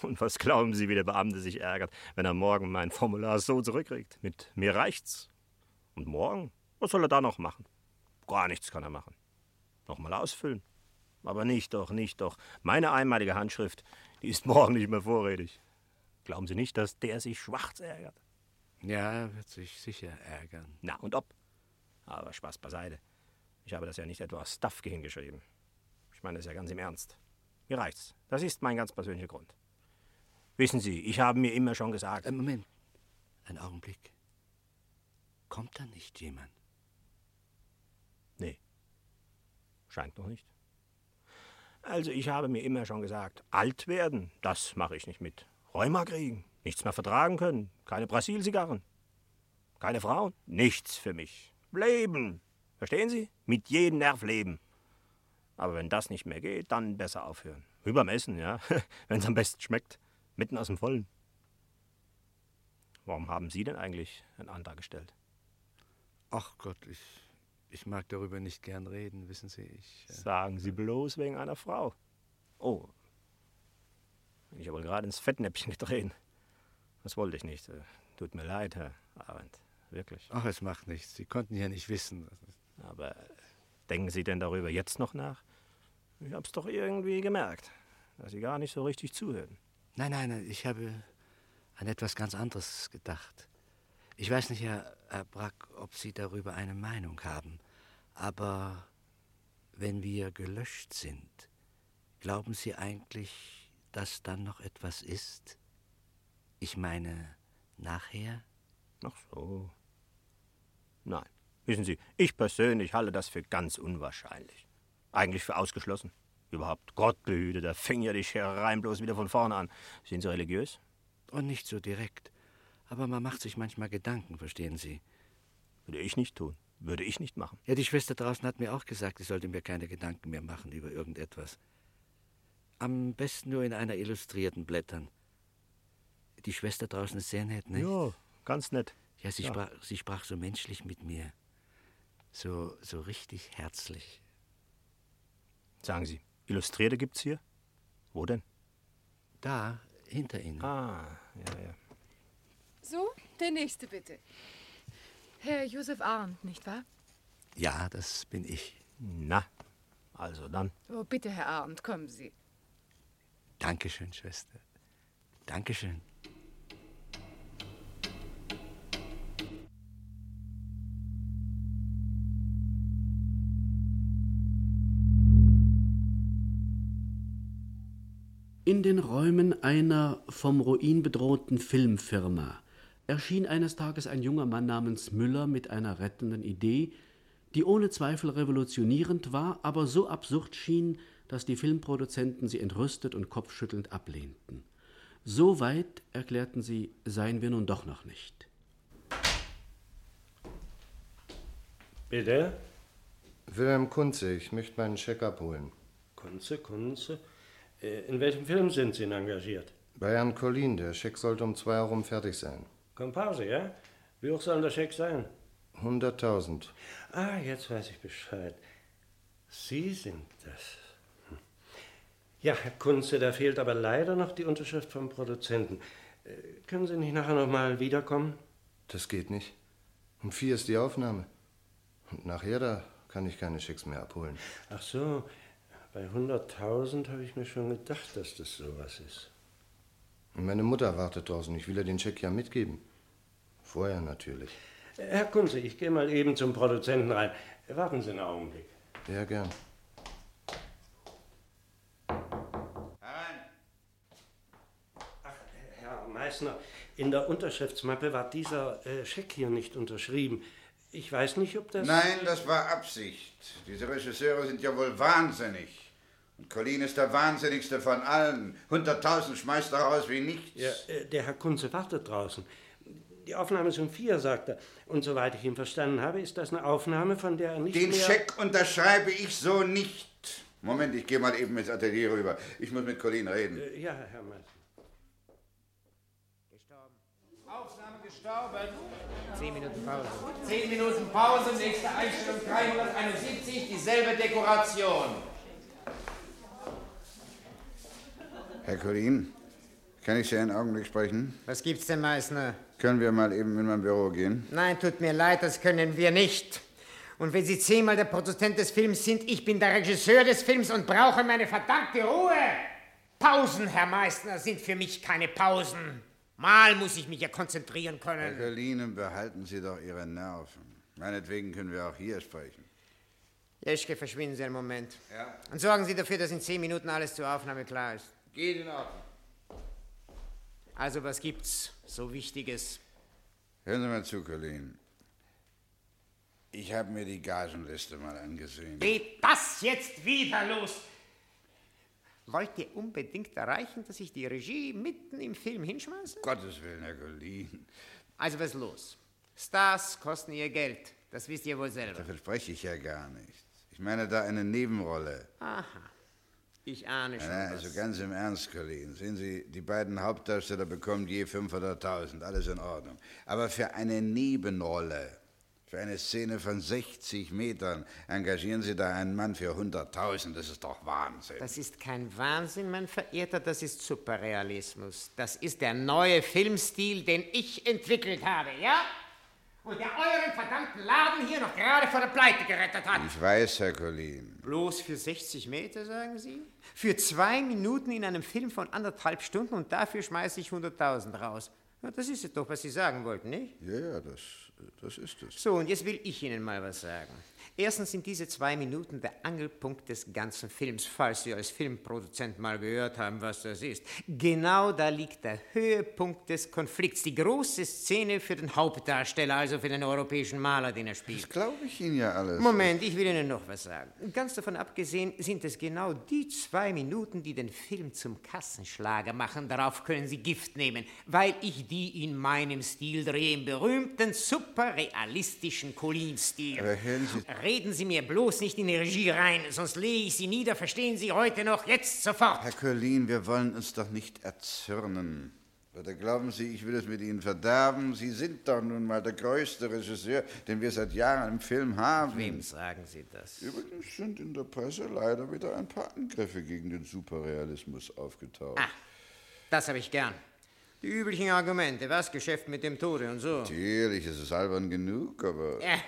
Und was glauben Sie, wie der Beamte sich ärgert, wenn er morgen mein Formular so zurückkriegt? Mit mir reicht's. Und morgen? Was soll er da noch machen? Gar nichts kann er machen. Nochmal ausfüllen. Aber nicht doch, nicht doch. Meine einmalige Handschrift, die ist morgen nicht mehr vorrätig. Glauben Sie nicht, dass der sich schwarz ärgert? Ja, er wird sich sicher ärgern. Na und ob. Aber Spaß beiseite. Ich habe das ja nicht etwa aus Stuff hingeschrieben. Ich meine das ja ganz im Ernst. Mir reicht's. Das ist mein ganz persönlicher Grund. Wissen Sie, ich habe mir immer schon gesagt. Äh, Moment. Ein Augenblick. Kommt da nicht jemand? Nee. Scheint noch nicht. Also, ich habe mir immer schon gesagt, alt werden, das mache ich nicht mit. Rheuma kriegen, nichts mehr vertragen können, keine Brasilzigarren, keine Frauen, nichts für mich. Leben, verstehen Sie? Mit jedem Nerv leben. Aber wenn das nicht mehr geht, dann besser aufhören. Überm Essen, ja, wenn es am besten schmeckt. Mitten aus dem Vollen. Warum haben Sie denn eigentlich einen Antrag gestellt? Ach Gott, ich, ich mag darüber nicht gern reden, wissen Sie. Ich, äh, Sagen Sie bloß wegen einer Frau. Oh, bin ich aber gerade ins Fettnäpfchen gedreht. Das wollte ich nicht. Äh, Tut mir leid, Herr Arendt. Wirklich. Ach, es macht nichts. Sie konnten ja nicht wissen. Aber denken Sie denn darüber jetzt noch nach? Ich hab's doch irgendwie gemerkt, dass Sie gar nicht so richtig zuhören. Nein, nein, nein, ich habe an etwas ganz anderes gedacht. Ich weiß nicht, Herr, Herr Brack, ob Sie darüber eine Meinung haben, aber wenn wir gelöscht sind, glauben Sie eigentlich, dass dann noch etwas ist? Ich meine, nachher? Ach so. Oh. Nein. Wissen Sie, ich persönlich halte das für ganz unwahrscheinlich. Eigentlich für ausgeschlossen. Überhaupt, Gott behüte, da fing ja die Scherereien bloß wieder von vorne an. Sind Sie religiös? Und Oh, nicht so direkt. Aber man macht sich manchmal Gedanken, verstehen Sie? Würde ich nicht tun. Würde ich nicht machen. Ja, die Schwester draußen hat mir auch gesagt, ich sollte mir keine Gedanken mehr machen über irgendetwas. Am besten nur in einer illustrierten Blättern. Die Schwester draußen ist sehr nett, nicht? Ja, ganz nett. Ja, sie, Ja. Sprach, sie sprach so menschlich mit mir. So, so richtig herzlich. Sagen Sie, Illustrierte gibt's hier? Wo denn? Da, hinter Ihnen. Ah, ja, ja. So, der nächste bitte. Herr Josef Arndt, nicht wahr? Ja, das bin ich. Na, also dann. Oh, bitte, Herr Arndt, kommen Sie. Dankeschön, Schwester. Dankeschön. In den Räumen einer vom Ruin bedrohten Filmfirma erschien eines Tages ein junger Mann namens Müller mit einer rettenden Idee, die ohne Zweifel revolutionierend war, aber so absurd schien, dass die Filmproduzenten sie entrüstet und kopfschüttelnd ablehnten. So weit, erklärten sie, seien wir nun doch noch nicht. Bitte? Wilhelm Kunze, ich möchte meinen Scheck abholen. Kunze, Kunze. Äh, In welchem Film sind Sie denn engagiert? Bei Herrn Collin, der Scheck sollte um zwei herum fertig sein. Komparse, ja? Wie hoch soll der Scheck sein? 100.000. Ah, jetzt weiß ich Bescheid. Sie sind das. Hm. Ja, Herr Kunze, da fehlt aber leider noch die Unterschrift vom Produzenten. Äh, Können Sie nicht nachher nochmal wiederkommen? Das geht nicht. Um vier ist die Aufnahme. Und nachher da kann ich keine Schicks mehr abholen. Ach so, bei 100.000 habe ich mir schon gedacht, dass das sowas ist. Meine Mutter wartet draußen. Ich will ihr den Scheck ja mitgeben. Vorher natürlich. Äh, Herr Kunze, ich gehe mal eben zum Produzenten rein. Warten Sie einen Augenblick. Ja, gern. Herr Meißner, in der Unterschriftsmappe war dieser äh, Scheck hier nicht unterschrieben. Ich weiß nicht, ob das. Nein, das war Absicht. Diese Regisseure sind ja wohl wahnsinnig. Und Colin ist der wahnsinnigste von allen. 100.000 schmeißt er raus wie nichts. Ja, äh, der Herr Kunze wartet draußen. Die Aufnahme ist um vier, sagt er. Und soweit ich ihn verstanden habe, ist das eine Aufnahme, von der er nicht Den mehr... Scheck unterschreibe ich so nicht. Moment, ich gehe mal eben ins Atelier rüber. Ich muss mit Colin reden. Äh, Ja, Herr Meißner. Aufnahme gestorben. Zehn Minuten Pause. 10 Minuten Pause, nächste Einstellung 371, dieselbe Dekoration. Herr Colin, kann ich Sie einen Augenblick sprechen? Was gibt's denn, Meißner? Können wir mal eben in mein Büro gehen? Nein, tut mir leid, das können wir nicht. Und wenn Sie zehnmal der Produzent des Films sind, ich bin der Regisseur des Films und brauche meine verdammte Ruhe. Pausen, Herr Meißner, sind für mich keine Pausen. Mal muss ich mich ja konzentrieren Herr können. Colin, behalten Sie doch Ihre Nerven. Meinetwegen können wir auch hier sprechen. Jeschke, verschwinden Sie einen Moment. Ja. Und sorgen Sie dafür, dass in zehn Minuten alles zur Aufnahme klar ist. Geht in Ordnung. Also, was gibt's so Wichtiges? Hören Sie mal zu, Colin. Ich habe mir die Gagenliste mal angesehen. Geht das jetzt wieder los? Wollt ihr unbedingt erreichen, dass ich die Regie mitten im Film hinschmeiße? Gottes Willen, Herr Colin. Also was ist los? Stars kosten ihr Geld. Das wisst ihr wohl selber. Davon spreche ich ja gar nicht. Ich meine da eine Nebenrolle. Aha. Ich ahne schon. Ja, was. also ganz im Ernst, Colin. Sehen Sie, die beiden Hauptdarsteller bekommen je 500.000. Alles in Ordnung. Aber für eine Nebenrolle, für eine Szene von 60 Metern, engagieren Sie da einen Mann für 100.000. Das ist doch Wahnsinn. das ist kein Wahnsinn, mein Verehrter, das ist Superrealismus. Das ist der neue Filmstil, den ich entwickelt habe, ja? Und der euren verdammten Laden hier noch gerade vor der Pleite gerettet hat. ich weiß, Herr Colin. Bloß für 60 Meter, sagen Sie? Für zwei Minuten in einem Film von anderthalb Stunden und dafür schmeiße ich 100.000 raus. Na, das ist es doch, was Sie sagen wollten, nicht? Ja, ja, das, das ist es. So, und jetzt will ich Ihnen mal was sagen. Erstens sind diese zwei Minuten der Angelpunkt des ganzen Films, falls Sie als Filmproduzent mal gehört haben, was das ist. Genau da liegt der Höhepunkt des Konflikts, die große Szene für den Hauptdarsteller, also für den europäischen Maler, den er spielt. Glaube ich Ihnen ja alles. Moment, ich will Ihnen noch was sagen. Ganz davon abgesehen sind es genau die zwei Minuten, die den Film zum Kassenschlager machen. Darauf können Sie Gift nehmen, weil ich die in meinem Stil drehe, im berühmten, superrealistischen Colin-Stil. Aber hören Sie, Reden Sie mir bloß nicht in die Regie rein, sonst lege ich Sie nieder, verstehen Sie heute noch, jetzt sofort. Herr Colin, wir wollen uns doch nicht erzürnen. Oder glauben Sie, ich will es mit Ihnen verderben? Sie sind doch nun mal der größte Regisseur, den wir seit Jahren im Film haben. Wem sagen Sie das? Übrigens sind in der Presse leider wieder ein paar Angriffe gegen den Superrealismus aufgetaucht. Ah, das habe ich gern. Die üblichen Argumente, was Geschäft mit dem Tode und so. Natürlich ist es albern genug, aber Äh,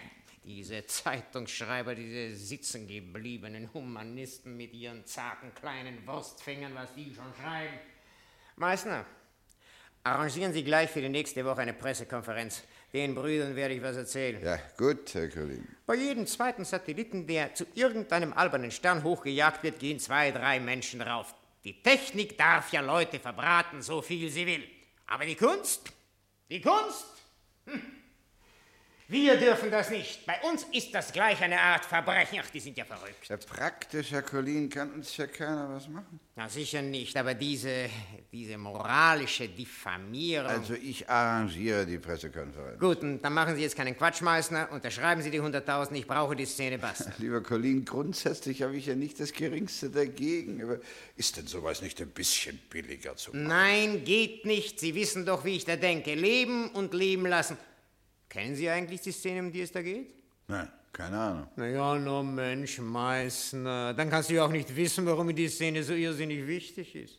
diese Zeitungsschreiber, diese sitzen gebliebenen Humanisten mit ihren zarten kleinen Wurstfingern, was die schon schreiben. Meißner, arrangieren Sie gleich für die nächste Woche eine Pressekonferenz. Den Brüdern werde ich was erzählen. Ja, gut, Herr Colin. Bei jedem zweiten Satelliten, der zu irgendeinem albernen Stern hochgejagt wird, gehen zwei, drei Menschen rauf. Die Technik darf ja Leute verbraten, so viel sie will. Aber die Kunst? Die Kunst? Hm. Wir dürfen das nicht. Bei uns ist das gleich eine Art Verbrechen. Ach, die sind ja verrückt. Ja, praktisch, Herr Colin, kann uns ja keiner was machen. Na sicher nicht, aber diese, diese moralische Diffamierung. Also ich arrangiere die Pressekonferenz. Gut, und dann machen Sie jetzt keinen Quatsch, Meißner. Unterschreiben Sie die 100.000. Ich brauche die Szene, basta. Lieber Colin, grundsätzlich habe ich ja nicht das Geringste dagegen, aber ist denn sowas nicht ein bisschen billiger zu machen? Nein, geht nicht. Sie wissen doch, wie ich da denke. Leben und leben lassen. Kennen Sie eigentlich die Szene, um die es da geht? Nein. Keine Ahnung. Na ja, na Mensch, Meißner, äh, dann kannst du ja auch nicht wissen, warum mir die Szene so irrsinnig wichtig ist.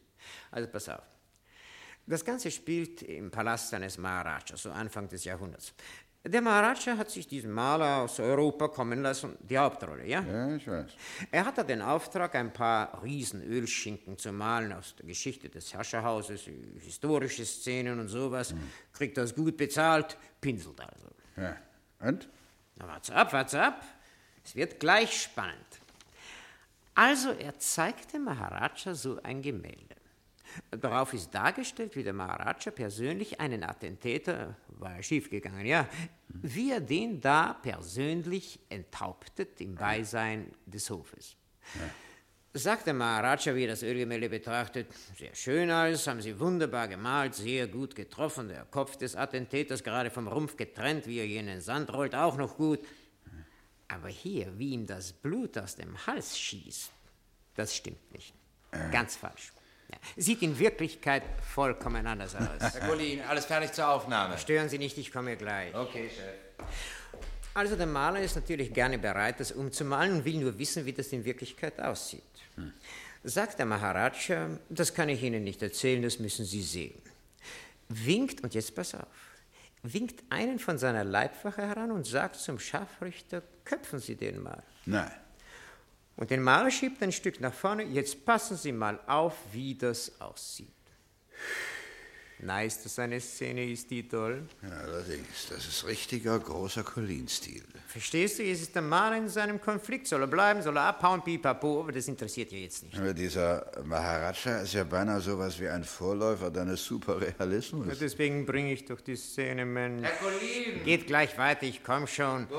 Also pass auf. Das Ganze spielt im Palast eines Maharajas, so Anfang des Jahrhunderts. Der Maharaja hat sich diesen Maler aus Europa kommen lassen, die Hauptrolle, ja? Ja, ich weiß. Er hatte den Auftrag, ein paar Riesenölschinken zu malen aus der Geschichte des Herrscherhauses, historische Szenen und sowas. Hm. Kriegt das gut bezahlt, pinselt also. Ja. Und? Na, warte ab, warte ab. Es wird gleich spannend. Also, er zeigt dem Maharaja so ein Gemälde. Darauf ist dargestellt, wie der Maharaja persönlich einen Attentäter, war ja schiefgegangen, ja, wie er den da persönlich enthauptet im Beisein des Hofes. Sagt der Maharaja, wie er das Ölgemälde betrachtet, sehr schön alles, haben sie wunderbar gemalt, sehr gut getroffen, der Kopf des Attentäters gerade vom Rumpf getrennt, wie er hier in den Sand rollt, auch noch gut. Aber hier, wie ihm das Blut aus dem Hals schießt, das stimmt nicht. Ganz falsch. Ja. Sieht in Wirklichkeit vollkommen anders aus. Herr Gullin, alles fertig zur Aufnahme. Stören Sie nicht, ich komme gleich. Okay, Chef. Also der Maler ist natürlich gerne bereit, das umzumalen und will nur wissen, wie das in Wirklichkeit aussieht. Hm. Sagt der Maharaja, das kann ich Ihnen nicht erzählen, das müssen Sie sehen. Winkt, und jetzt pass auf, winkt einen von seiner Leibwache heran und sagt zum Scharfrichter, köpfen Sie den mal. Nein. Und den Maler schiebt ein Stück nach vorne, jetzt passen Sie mal auf, wie das aussieht. Na, ist das eine Szene, ist die toll? Ja, allerdings, das ist richtiger großer Collinstil. Verstehst du, jetzt ist der Maler in seinem Konflikt. Soll er bleiben, soll er abhauen, pipapo, aber das interessiert ja jetzt nicht. Aber dieser Maharaja ist ja beinahe sowas wie ein Vorläufer deines Superrealismus. Deswegen bringe ich doch die Szene, Mensch. Herr Kollegen! Geht gleich weiter, ich komm schon. Gut.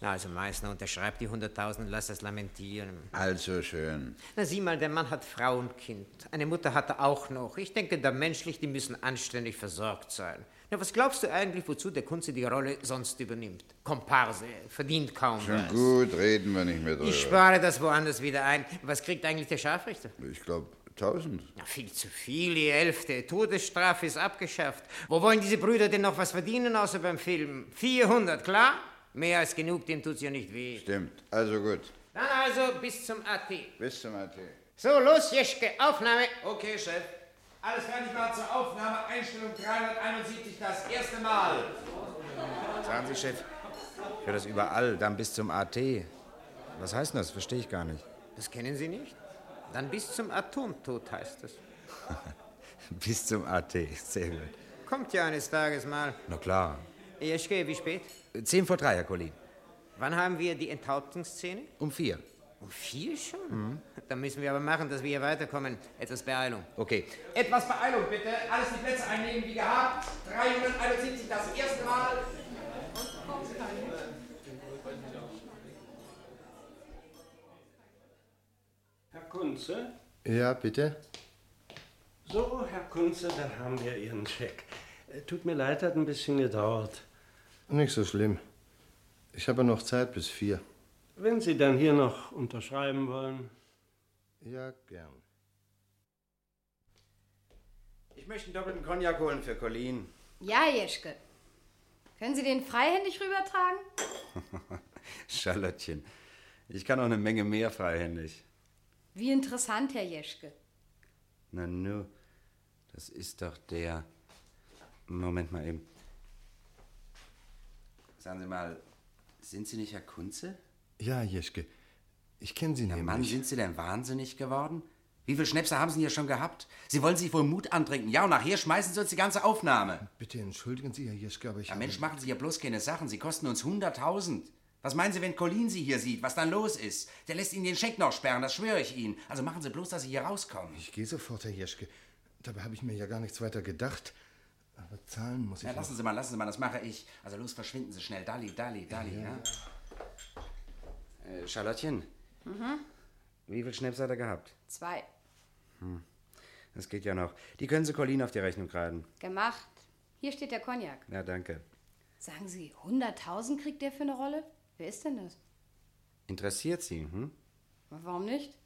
Na, also Meißner, unterschreib die 100.000 und lass das lamentieren. Also schön. Na, sieh mal, der Mann hat Frau und Kind. Eine Mutter hat er auch noch. Ich denke, da menschlich, die müssen anständig versorgt sein. Na, was glaubst du eigentlich, wozu der Kunze die Rolle sonst übernimmt? Komparse, verdient kaum Schon was. gut, reden wir nicht mehr drüber. Ich spare das woanders wieder ein. Was kriegt eigentlich der Scharfrichter? Ich glaube, 1000. Na, viel zu viel, die Hälfte. Todesstrafe ist abgeschafft. Wo wollen diese Brüder denn noch was verdienen, außer beim Film? 400, klar? Mehr als genug, dem tut's ja nicht weh. Stimmt, also gut. Dann also bis zum AT. Bis zum AT. So, los, Jeschke, Aufnahme. Okay, Chef. Alles fertig war zur Aufnahme, Einstellung 371, das erste Mal. Sagen Sie, Chef, ich höre das überall, dann bis zum AT. Was heißt denn das? Verstehe ich gar nicht. Das kennen Sie nicht? Dann bis zum Atomtod heißt es. Bis zum AT, sehr gut. Kommt ja eines Tages mal. Na klar. Jeschke, wie spät? Zehn vor drei, Herr Collin. Wann haben wir die Enthauptungsszene? Um vier. Um vier schon? Dann müssen wir aber machen, dass wir hier weiterkommen. Etwas Beeilung. Okay. Etwas Beeilung bitte, alles die Plätze einnehmen wie gehabt. 371, das erste Mal. Herr Kunze? Ja, bitte? So, Herr Kunze, da haben wir Ihren Scheck. Äh, Tut mir leid, hat ein bisschen gedauert. Nicht so schlimm. Ich habe noch Zeit bis vier. Wenn Sie dann hier noch unterschreiben wollen. Ja, gern. Ich möchte einen doppelten Cognac holen für Collin. Ja, Jeschke. Können Sie den freihändig rübertragen? Charlottchen, ich kann auch eine Menge mehr freihändig. Wie interessant, Herr Jeschke. Na nu, das ist doch der. Moment mal eben. Sagen Sie mal, sind Sie nicht Herr Kunze? Ja, Jeschke. Ich kenne Sie nämlich. Mann, sind Sie denn wahnsinnig geworden? Wie viel Schnäpse haben Sie hier schon gehabt? Sie wollen sich wohl Mut antrinken. Ja, und nachher schmeißen Sie uns die ganze Aufnahme. Bitte entschuldigen Sie, Herr Jeschke, aber ich. Ja, Mensch, machen Sie ja bloß keine Sachen. Sie kosten uns 100.000. Was meinen Sie, wenn Colin Sie hier sieht, was dann los ist? Der lässt Ihnen den Scheck noch sperren, das schwöre ich Ihnen. Also machen Sie bloß, dass Sie hier rauskommen. Ich gehe sofort, Herr Jeschke. Dabei habe ich mir ja gar nichts weiter gedacht. Aber zahlen muss ich. Ja, noch. lassen Sie mal, lassen Sie mal, das mache ich. Also los, verschwinden Sie schnell. Dali, Dali, Dali, ja. Äh, Charlottchen, Mhm. wie viel Schnaps hat er gehabt? Zwei. Hm. Das geht ja noch. Die können Sie Colin auf die Rechnung graden. Gemacht. Hier steht der Cognac. Ja, danke. Sagen Sie, 100.000 kriegt der für eine Rolle? Wer ist denn das? Interessiert Sie, hm? Warum nicht?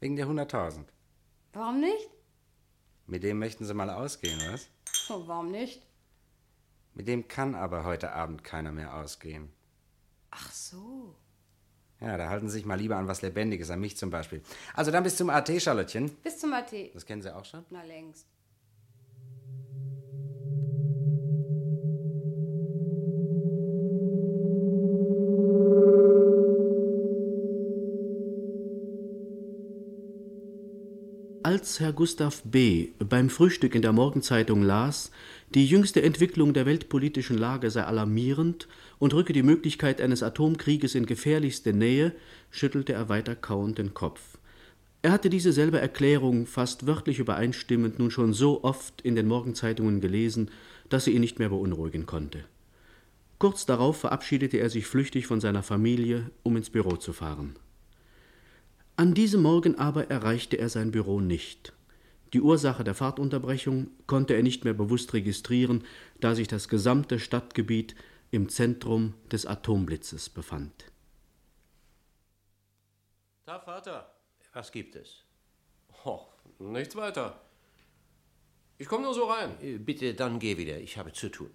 Wegen der 100.000. Warum nicht? Mit dem möchten Sie mal ausgehen, was? Oh, warum nicht? Mit dem kann aber heute Abend keiner mehr ausgehen. Ach so. Ja, da halten Sie sich mal lieber an was Lebendiges, an mich zum Beispiel. Also dann bis zum AT, Charlottchen. Bis zum AT. Das kennen Sie auch schon? Na längst. Als Herr Gustav B. beim Frühstück in der Morgenzeitung las, die jüngste Entwicklung der weltpolitischen Lage sei alarmierend und rücke die Möglichkeit eines Atomkrieges in gefährlichste Nähe, schüttelte er weiter kauend den Kopf. Er hatte diese selbe Erklärung fast wörtlich übereinstimmend nun schon so oft in den Morgenzeitungen gelesen, dass sie ihn nicht mehr beunruhigen konnte. Kurz darauf verabschiedete er sich flüchtig von seiner Familie, um ins Büro zu fahren. An diesem Morgen aber erreichte er sein Büro nicht. Die Ursache der Fahrtunterbrechung konnte er nicht mehr bewusst registrieren, da sich das gesamte Stadtgebiet im Zentrum des Atomblitzes befand. Da, Vater. Was gibt es? Oh, nichts weiter. Ich komme nur so rein. Äh, Bitte, dann geh wieder. Ich habe zu tun.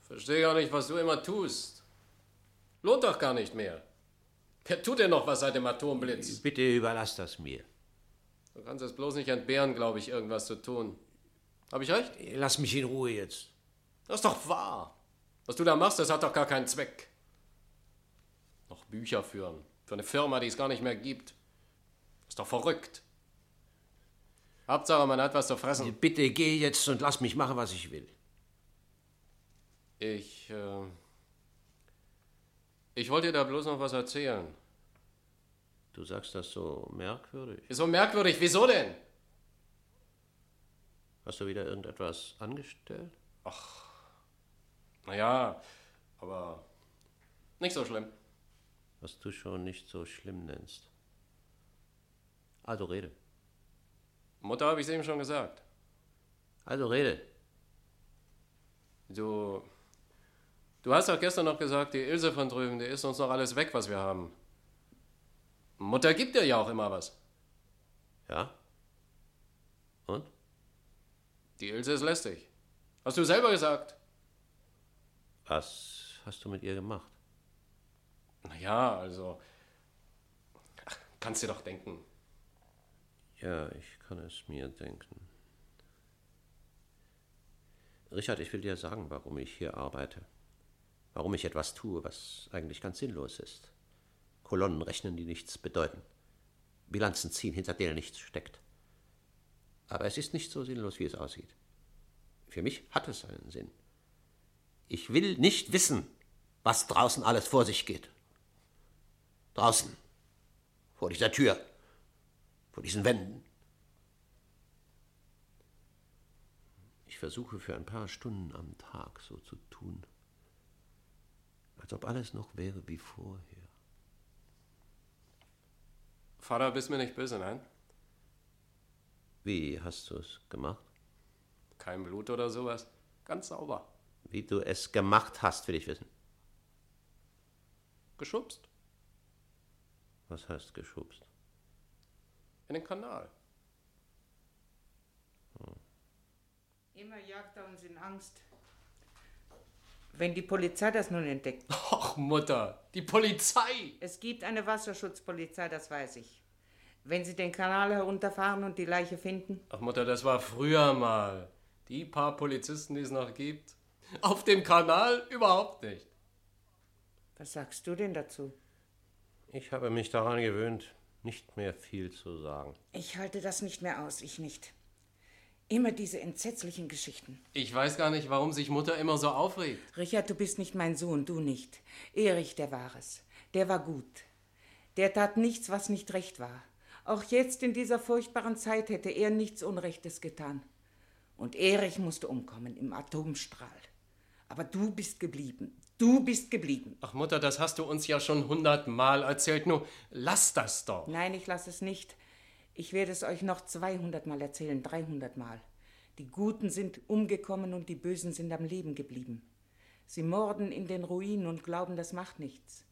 Verstehe gar nicht, was du immer tust. Lohnt doch gar nicht mehr. Wer tut denn noch was seit dem Atomblitz? Bitte überlass das mir. Du kannst es bloß nicht entbehren, glaube ich, irgendwas zu tun. Habe ich recht? Lass mich in Ruhe jetzt. Das ist doch wahr. Was du da machst, das hat doch gar keinen Zweck. Noch Bücher führen. Für eine Firma, die es gar nicht mehr gibt. Ist doch verrückt. Hauptsache, man hat was zu fressen. Bitte Äh, geh jetzt und lass mich machen, was ich will. Ich, äh, ich wollte dir da bloß noch was erzählen. Du sagst das so merkwürdig. Ist so merkwürdig. Wieso denn? Hast du wieder irgendetwas angestellt? Ach, naja, aber nicht so schlimm. Was du schon nicht so schlimm nennst. Also rede. Mutter habe ich es eben schon gesagt. Also rede. Du. Du hast doch gestern noch gesagt, die Ilse von drüben, die isst uns noch alles weg, was wir haben. Mutter gibt dir ja auch immer was. Ja? Und? Die Ilse ist lästig. Hast du selber gesagt. Was hast du mit ihr gemacht? Naja, also. Ach, kannst dir doch denken. Ja, ich kann es mir denken. Richard, ich will dir sagen, warum ich hier arbeite. Warum ich etwas tue, was eigentlich ganz sinnlos ist. Kolonnen rechnen, die nichts bedeuten. Bilanzen ziehen, hinter denen nichts steckt. Aber es ist nicht so sinnlos, wie es aussieht. Für mich hat es einen Sinn. Ich will nicht wissen, was draußen alles vor sich geht. Draußen. Vor dieser Tür. Vor diesen Wänden. Ich versuche für ein paar Stunden am Tag so zu tun, als ob alles noch wäre wie vorher. Vater, bist mir nicht böse, nein? Wie hast du es gemacht? Kein Blut oder sowas. Ganz sauber. Wie du es gemacht hast, will ich wissen. Geschubst. Was heißt geschubst? In den Kanal. Immer jagt er uns in Angst. Wenn die Polizei das nun entdeckt. Ach, Mutter, die Polizei! Es gibt eine Wasserschutzpolizei, das weiß ich. Wenn sie den Kanal herunterfahren und die Leiche finden. Ach, Mutter, das war früher mal. Die paar Polizisten, die es noch gibt. Auf dem Kanal überhaupt nicht. Was sagst du denn dazu? Ich habe mich daran gewöhnt, nicht mehr viel zu sagen. Ich halte das nicht mehr aus, ich nicht. Immer diese entsetzlichen Geschichten. Ich weiß gar nicht, warum sich Mutter immer so aufregt. Richard, du bist nicht mein Sohn, du nicht. Erich, der war es. Der war gut. Der tat nichts, was nicht recht war. Auch jetzt in dieser furchtbaren Zeit hätte er nichts Unrechtes getan. Und Erich musste umkommen im Atomstrahl. Aber du bist geblieben. Du bist geblieben. Ach Mutter, das hast du uns ja schon hundertmal erzählt. Nur lass das doch. Nein, ich lasse es nicht. Ich werde es euch noch 200 Mal erzählen, 300 Mal. Die Guten sind umgekommen und die Bösen sind am Leben geblieben. Sie morden in den Ruinen und glauben, das macht nichts.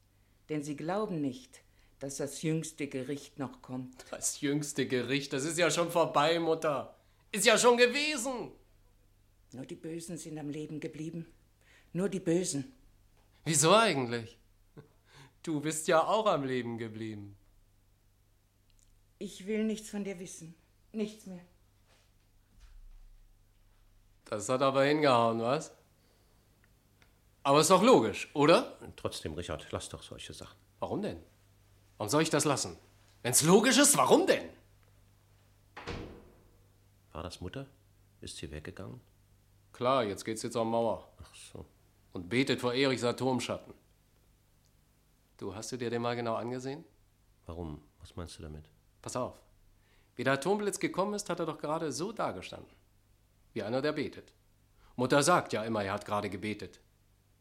Denn sie glauben nicht, dass das jüngste Gericht noch kommt. Das jüngste Gericht, das ist ja schon vorbei, Mutter. Ist ja schon gewesen. Nur die Bösen sind am Leben geblieben. Nur die Bösen. Wieso eigentlich? Du bist ja auch am Leben geblieben. Ich will nichts von dir wissen. Nichts mehr. Das hat aber hingehauen, was? Aber ist doch logisch, oder? Trotzdem, Richard, lass doch solche Sachen. Warum denn? Warum soll ich das lassen? Wenn's logisch ist, warum denn? War das Mutter? Ist sie weggegangen? Klar, jetzt geht's jetzt zur Mauer. Ach so. Und betet vor Erichs Atomschatten. Du, hast du dir den mal genau angesehen? Warum? Was meinst du damit? Pass auf. Wie der Atomblitz gekommen ist, hat er doch gerade so dagestanden. Wie einer, der betet. Mutter sagt ja immer, er hat gerade gebetet.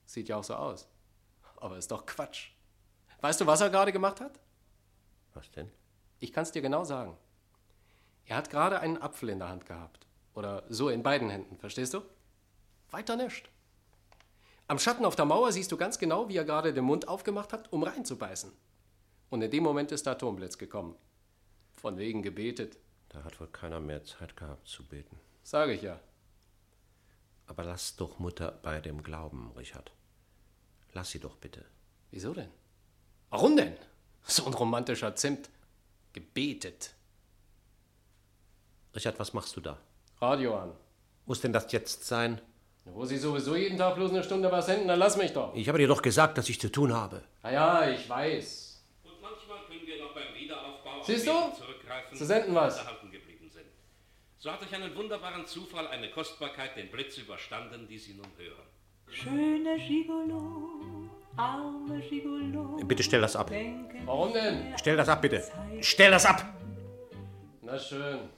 Sieht ja auch so aus. Aber ist doch Quatsch. Weißt du, was er gerade gemacht hat? Was denn? Ich kann's dir genau sagen. Er hat gerade einen Apfel in der Hand gehabt. Oder so in beiden Händen, verstehst du? Weiter nicht. Am Schatten auf der Mauer siehst du ganz genau, wie er gerade den Mund aufgemacht hat, um reinzubeißen. Und in dem Moment ist der Atomblitz gekommen. Von wegen gebetet. Da hat wohl keiner mehr Zeit gehabt zu beten. Sage ich ja. Aber lass doch Mutter bei dem Glauben, Richard. Lass sie doch bitte. Wieso denn? Warum denn? So ein romantischer Zimt. Gebetet. Richard, was machst du da? Radio an. Muss denn das jetzt sein? Wo sie sowieso jeden Tag bloß eine Stunde was senden, dann lass mich doch. Ich habe dir doch gesagt, dass ich zu tun habe. Na ja, ich weiß. Und manchmal können wir noch beim Wiederaufbau auf Siehst du? Wege zurückgreifen, Zu senden die was. uns erhalten geblieben sind. So hat durch einen wunderbaren Zufall eine Kostbarkeit den Blitz überstanden, die Sie nun hören. Schöne Gigolo, arme Gigolo. Bitte stell das ab. Warum denn? Stell das ab, bitte. Stell das ab! Na schön.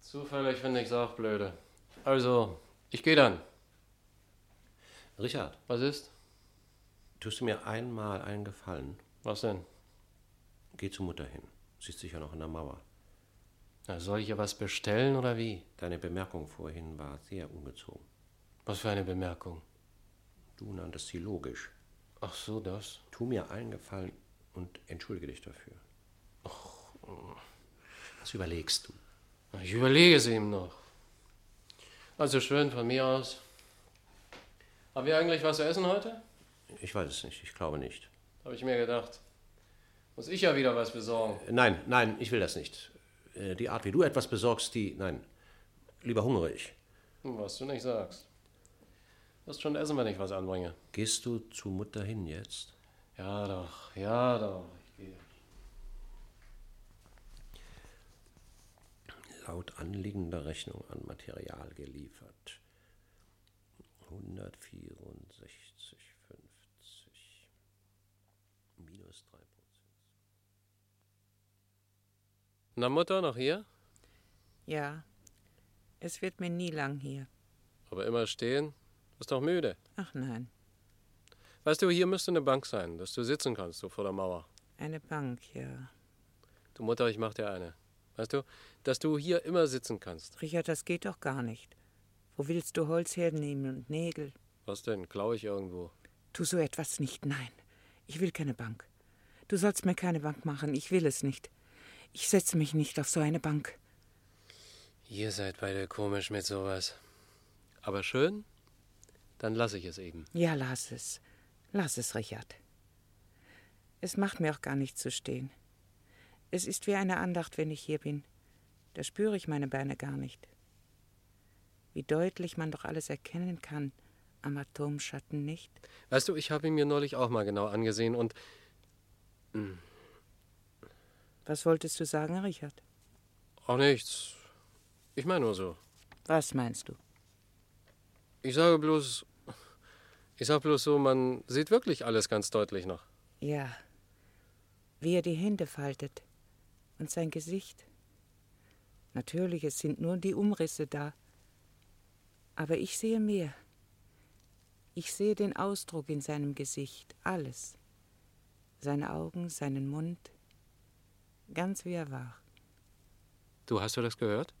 Zufällig finde ich's auch blöde. Also, ich gehe dann. Richard, was ist? Tust du mir einmal einen Gefallen? Was denn? Geh zu Mutter hin. Sie ist sicher noch an der Mauer. Na, soll ich ihr was bestellen oder wie? Deine Bemerkung vorhin war sehr ungezogen. Was für eine Bemerkung? Du nanntest sie logisch. Ach so, das. Tu mir einen Gefallen und entschuldige dich dafür. mm. Was überlegst du? Na, Ich überlege es ihm noch. Also schön von mir aus. Haben wir eigentlich was zu essen heute? Ich weiß es nicht, ich glaube nicht. Habe ich mir gedacht. Muss ich ja wieder was besorgen. Äh, Nein, nein, ich will das nicht. Äh, Die Art, wie du etwas besorgst, die. Nein. Lieber hungere ich. Hm, Was du nicht sagst. Wirst schon essen, wenn ich was anbringe. Gehst du zu Mutter hin jetzt? Ja doch, ja doch. Ich gehe. Laut anliegender Rechnung an Material geliefert. 164,50 minus 3 Na Mutter, noch hier? Ja, es wird mir nie lang hier. Aber immer stehen? Bist doch müde. Ach nein, Weißt du, hier müsste eine Bank sein, dass du sitzen kannst, so vor der Mauer. eine Bank, ja. Du Mutter, ich mach dir eine. Weißt du, dass du hier immer sitzen kannst. Richard, das geht doch gar nicht. Wo willst du Holz hernehmen und Nägel? Was denn? Klau ich irgendwo? Tu so etwas nicht, nein. Ich will keine Bank. Du sollst mir keine Bank machen, ich will es nicht. Ich setze mich nicht auf so eine Bank. Ihr seid beide komisch mit sowas. Aber schön? Dann lasse ich es eben. Ja, lass es. Lass es, Richard. Es macht mir auch gar nicht zu stehen. Es ist wie eine Andacht, wenn ich hier bin. Da spüre ich meine Beine gar nicht. Wie deutlich man doch alles erkennen kann, am Atomschatten nicht. Weißt du, ich habe ihn mir neulich auch mal genau angesehen und. Hm, Was wolltest du sagen, Richard? Auch nichts. Ich meine nur so. Was meinst du? Ich sage bloß. Ich sage bloß so, man sieht wirklich alles ganz deutlich noch. Ja. Wie er die Hände faltet und sein Gesicht. Natürlich, es sind nur die Umrisse da. Aber ich sehe mehr. Ich sehe den Ausdruck in seinem Gesicht, alles. Seine Augen, seinen Mund, ganz wie er war. Du, hast du das gehört?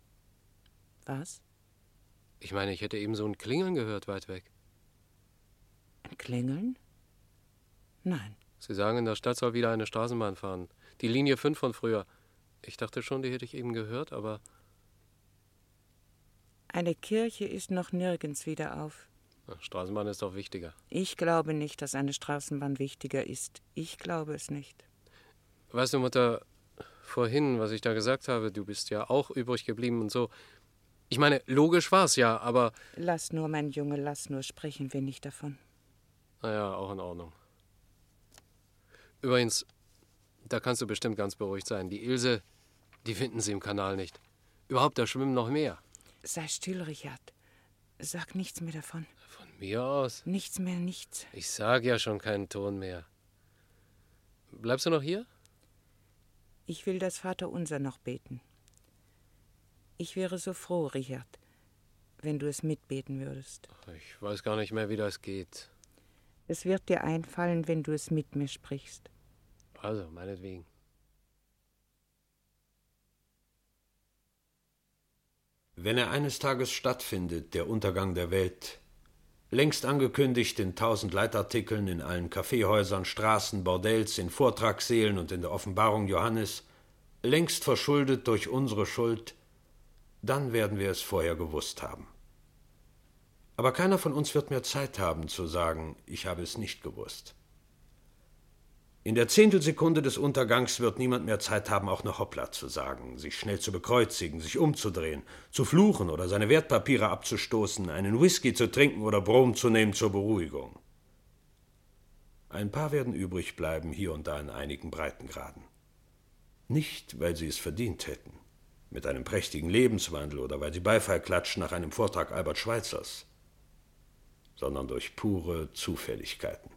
Was? Ich meine, ich hätte eben so ein Klingeln gehört weit weg. Ein Klingeln? Nein. Sie sagen, in der Stadt soll wieder eine Straßenbahn fahren. Die Linie 5 von früher. Ich dachte schon, die hätte ich eben gehört, aber Eine Kirche ist noch nirgends wieder auf. Na, Straßenbahn ist doch wichtiger. Ich glaube nicht, dass eine Straßenbahn wichtiger ist. Ich glaube es nicht. Weißt du, Mutter, vorhin, was ich da gesagt habe, du bist ja auch übrig geblieben und so. Ich meine, logisch war's ja, aber Lass nur, mein Junge, lass nur, sprechen wir nicht davon. naja, Ah auch in Ordnung. Übrigens, da kannst du bestimmt ganz beruhigt sein. Die Ilse, die finden sie im Kanal nicht. Überhaupt, da schwimmen noch mehr. Sei still, Richard. Sag nichts mehr davon. Mir aus. Nichts mehr, nichts. Ich sag ja schon keinen Ton mehr. Bleibst du noch hier? Ich will das Vaterunser noch beten. Ich wäre so froh, Richard, wenn du es mitbeten würdest. Ich weiß gar nicht mehr, wie das geht. Es wird dir einfallen, wenn du es mit mir sprichst. Also, meinetwegen. Wenn er eines Tages stattfindet, der Untergang der Welt, längst angekündigt in tausend Leitartikeln, in allen Kaffeehäusern, Straßen, Bordells, in Vortragssälen und in der Offenbarung Johannes, längst verschuldet durch unsere Schuld, dann werden wir es vorher gewusst haben. Aber keiner von uns wird mehr Zeit haben zu sagen, ich habe es nicht gewusst. In der Zehntelsekunde des Untergangs wird niemand mehr Zeit haben, auch noch Hoppla zu sagen, sich schnell zu bekreuzigen, sich umzudrehen, zu fluchen oder seine Wertpapiere abzustoßen, einen Whisky zu trinken oder Brom zu nehmen zur Beruhigung. Ein paar werden übrig bleiben, hier und da in einigen Breitengraden. Nicht, weil sie es verdient hätten, mit einem prächtigen Lebenswandel oder weil sie Beifall klatschen nach einem Vortrag Albert Schweitzers, sondern durch pure Zufälligkeiten.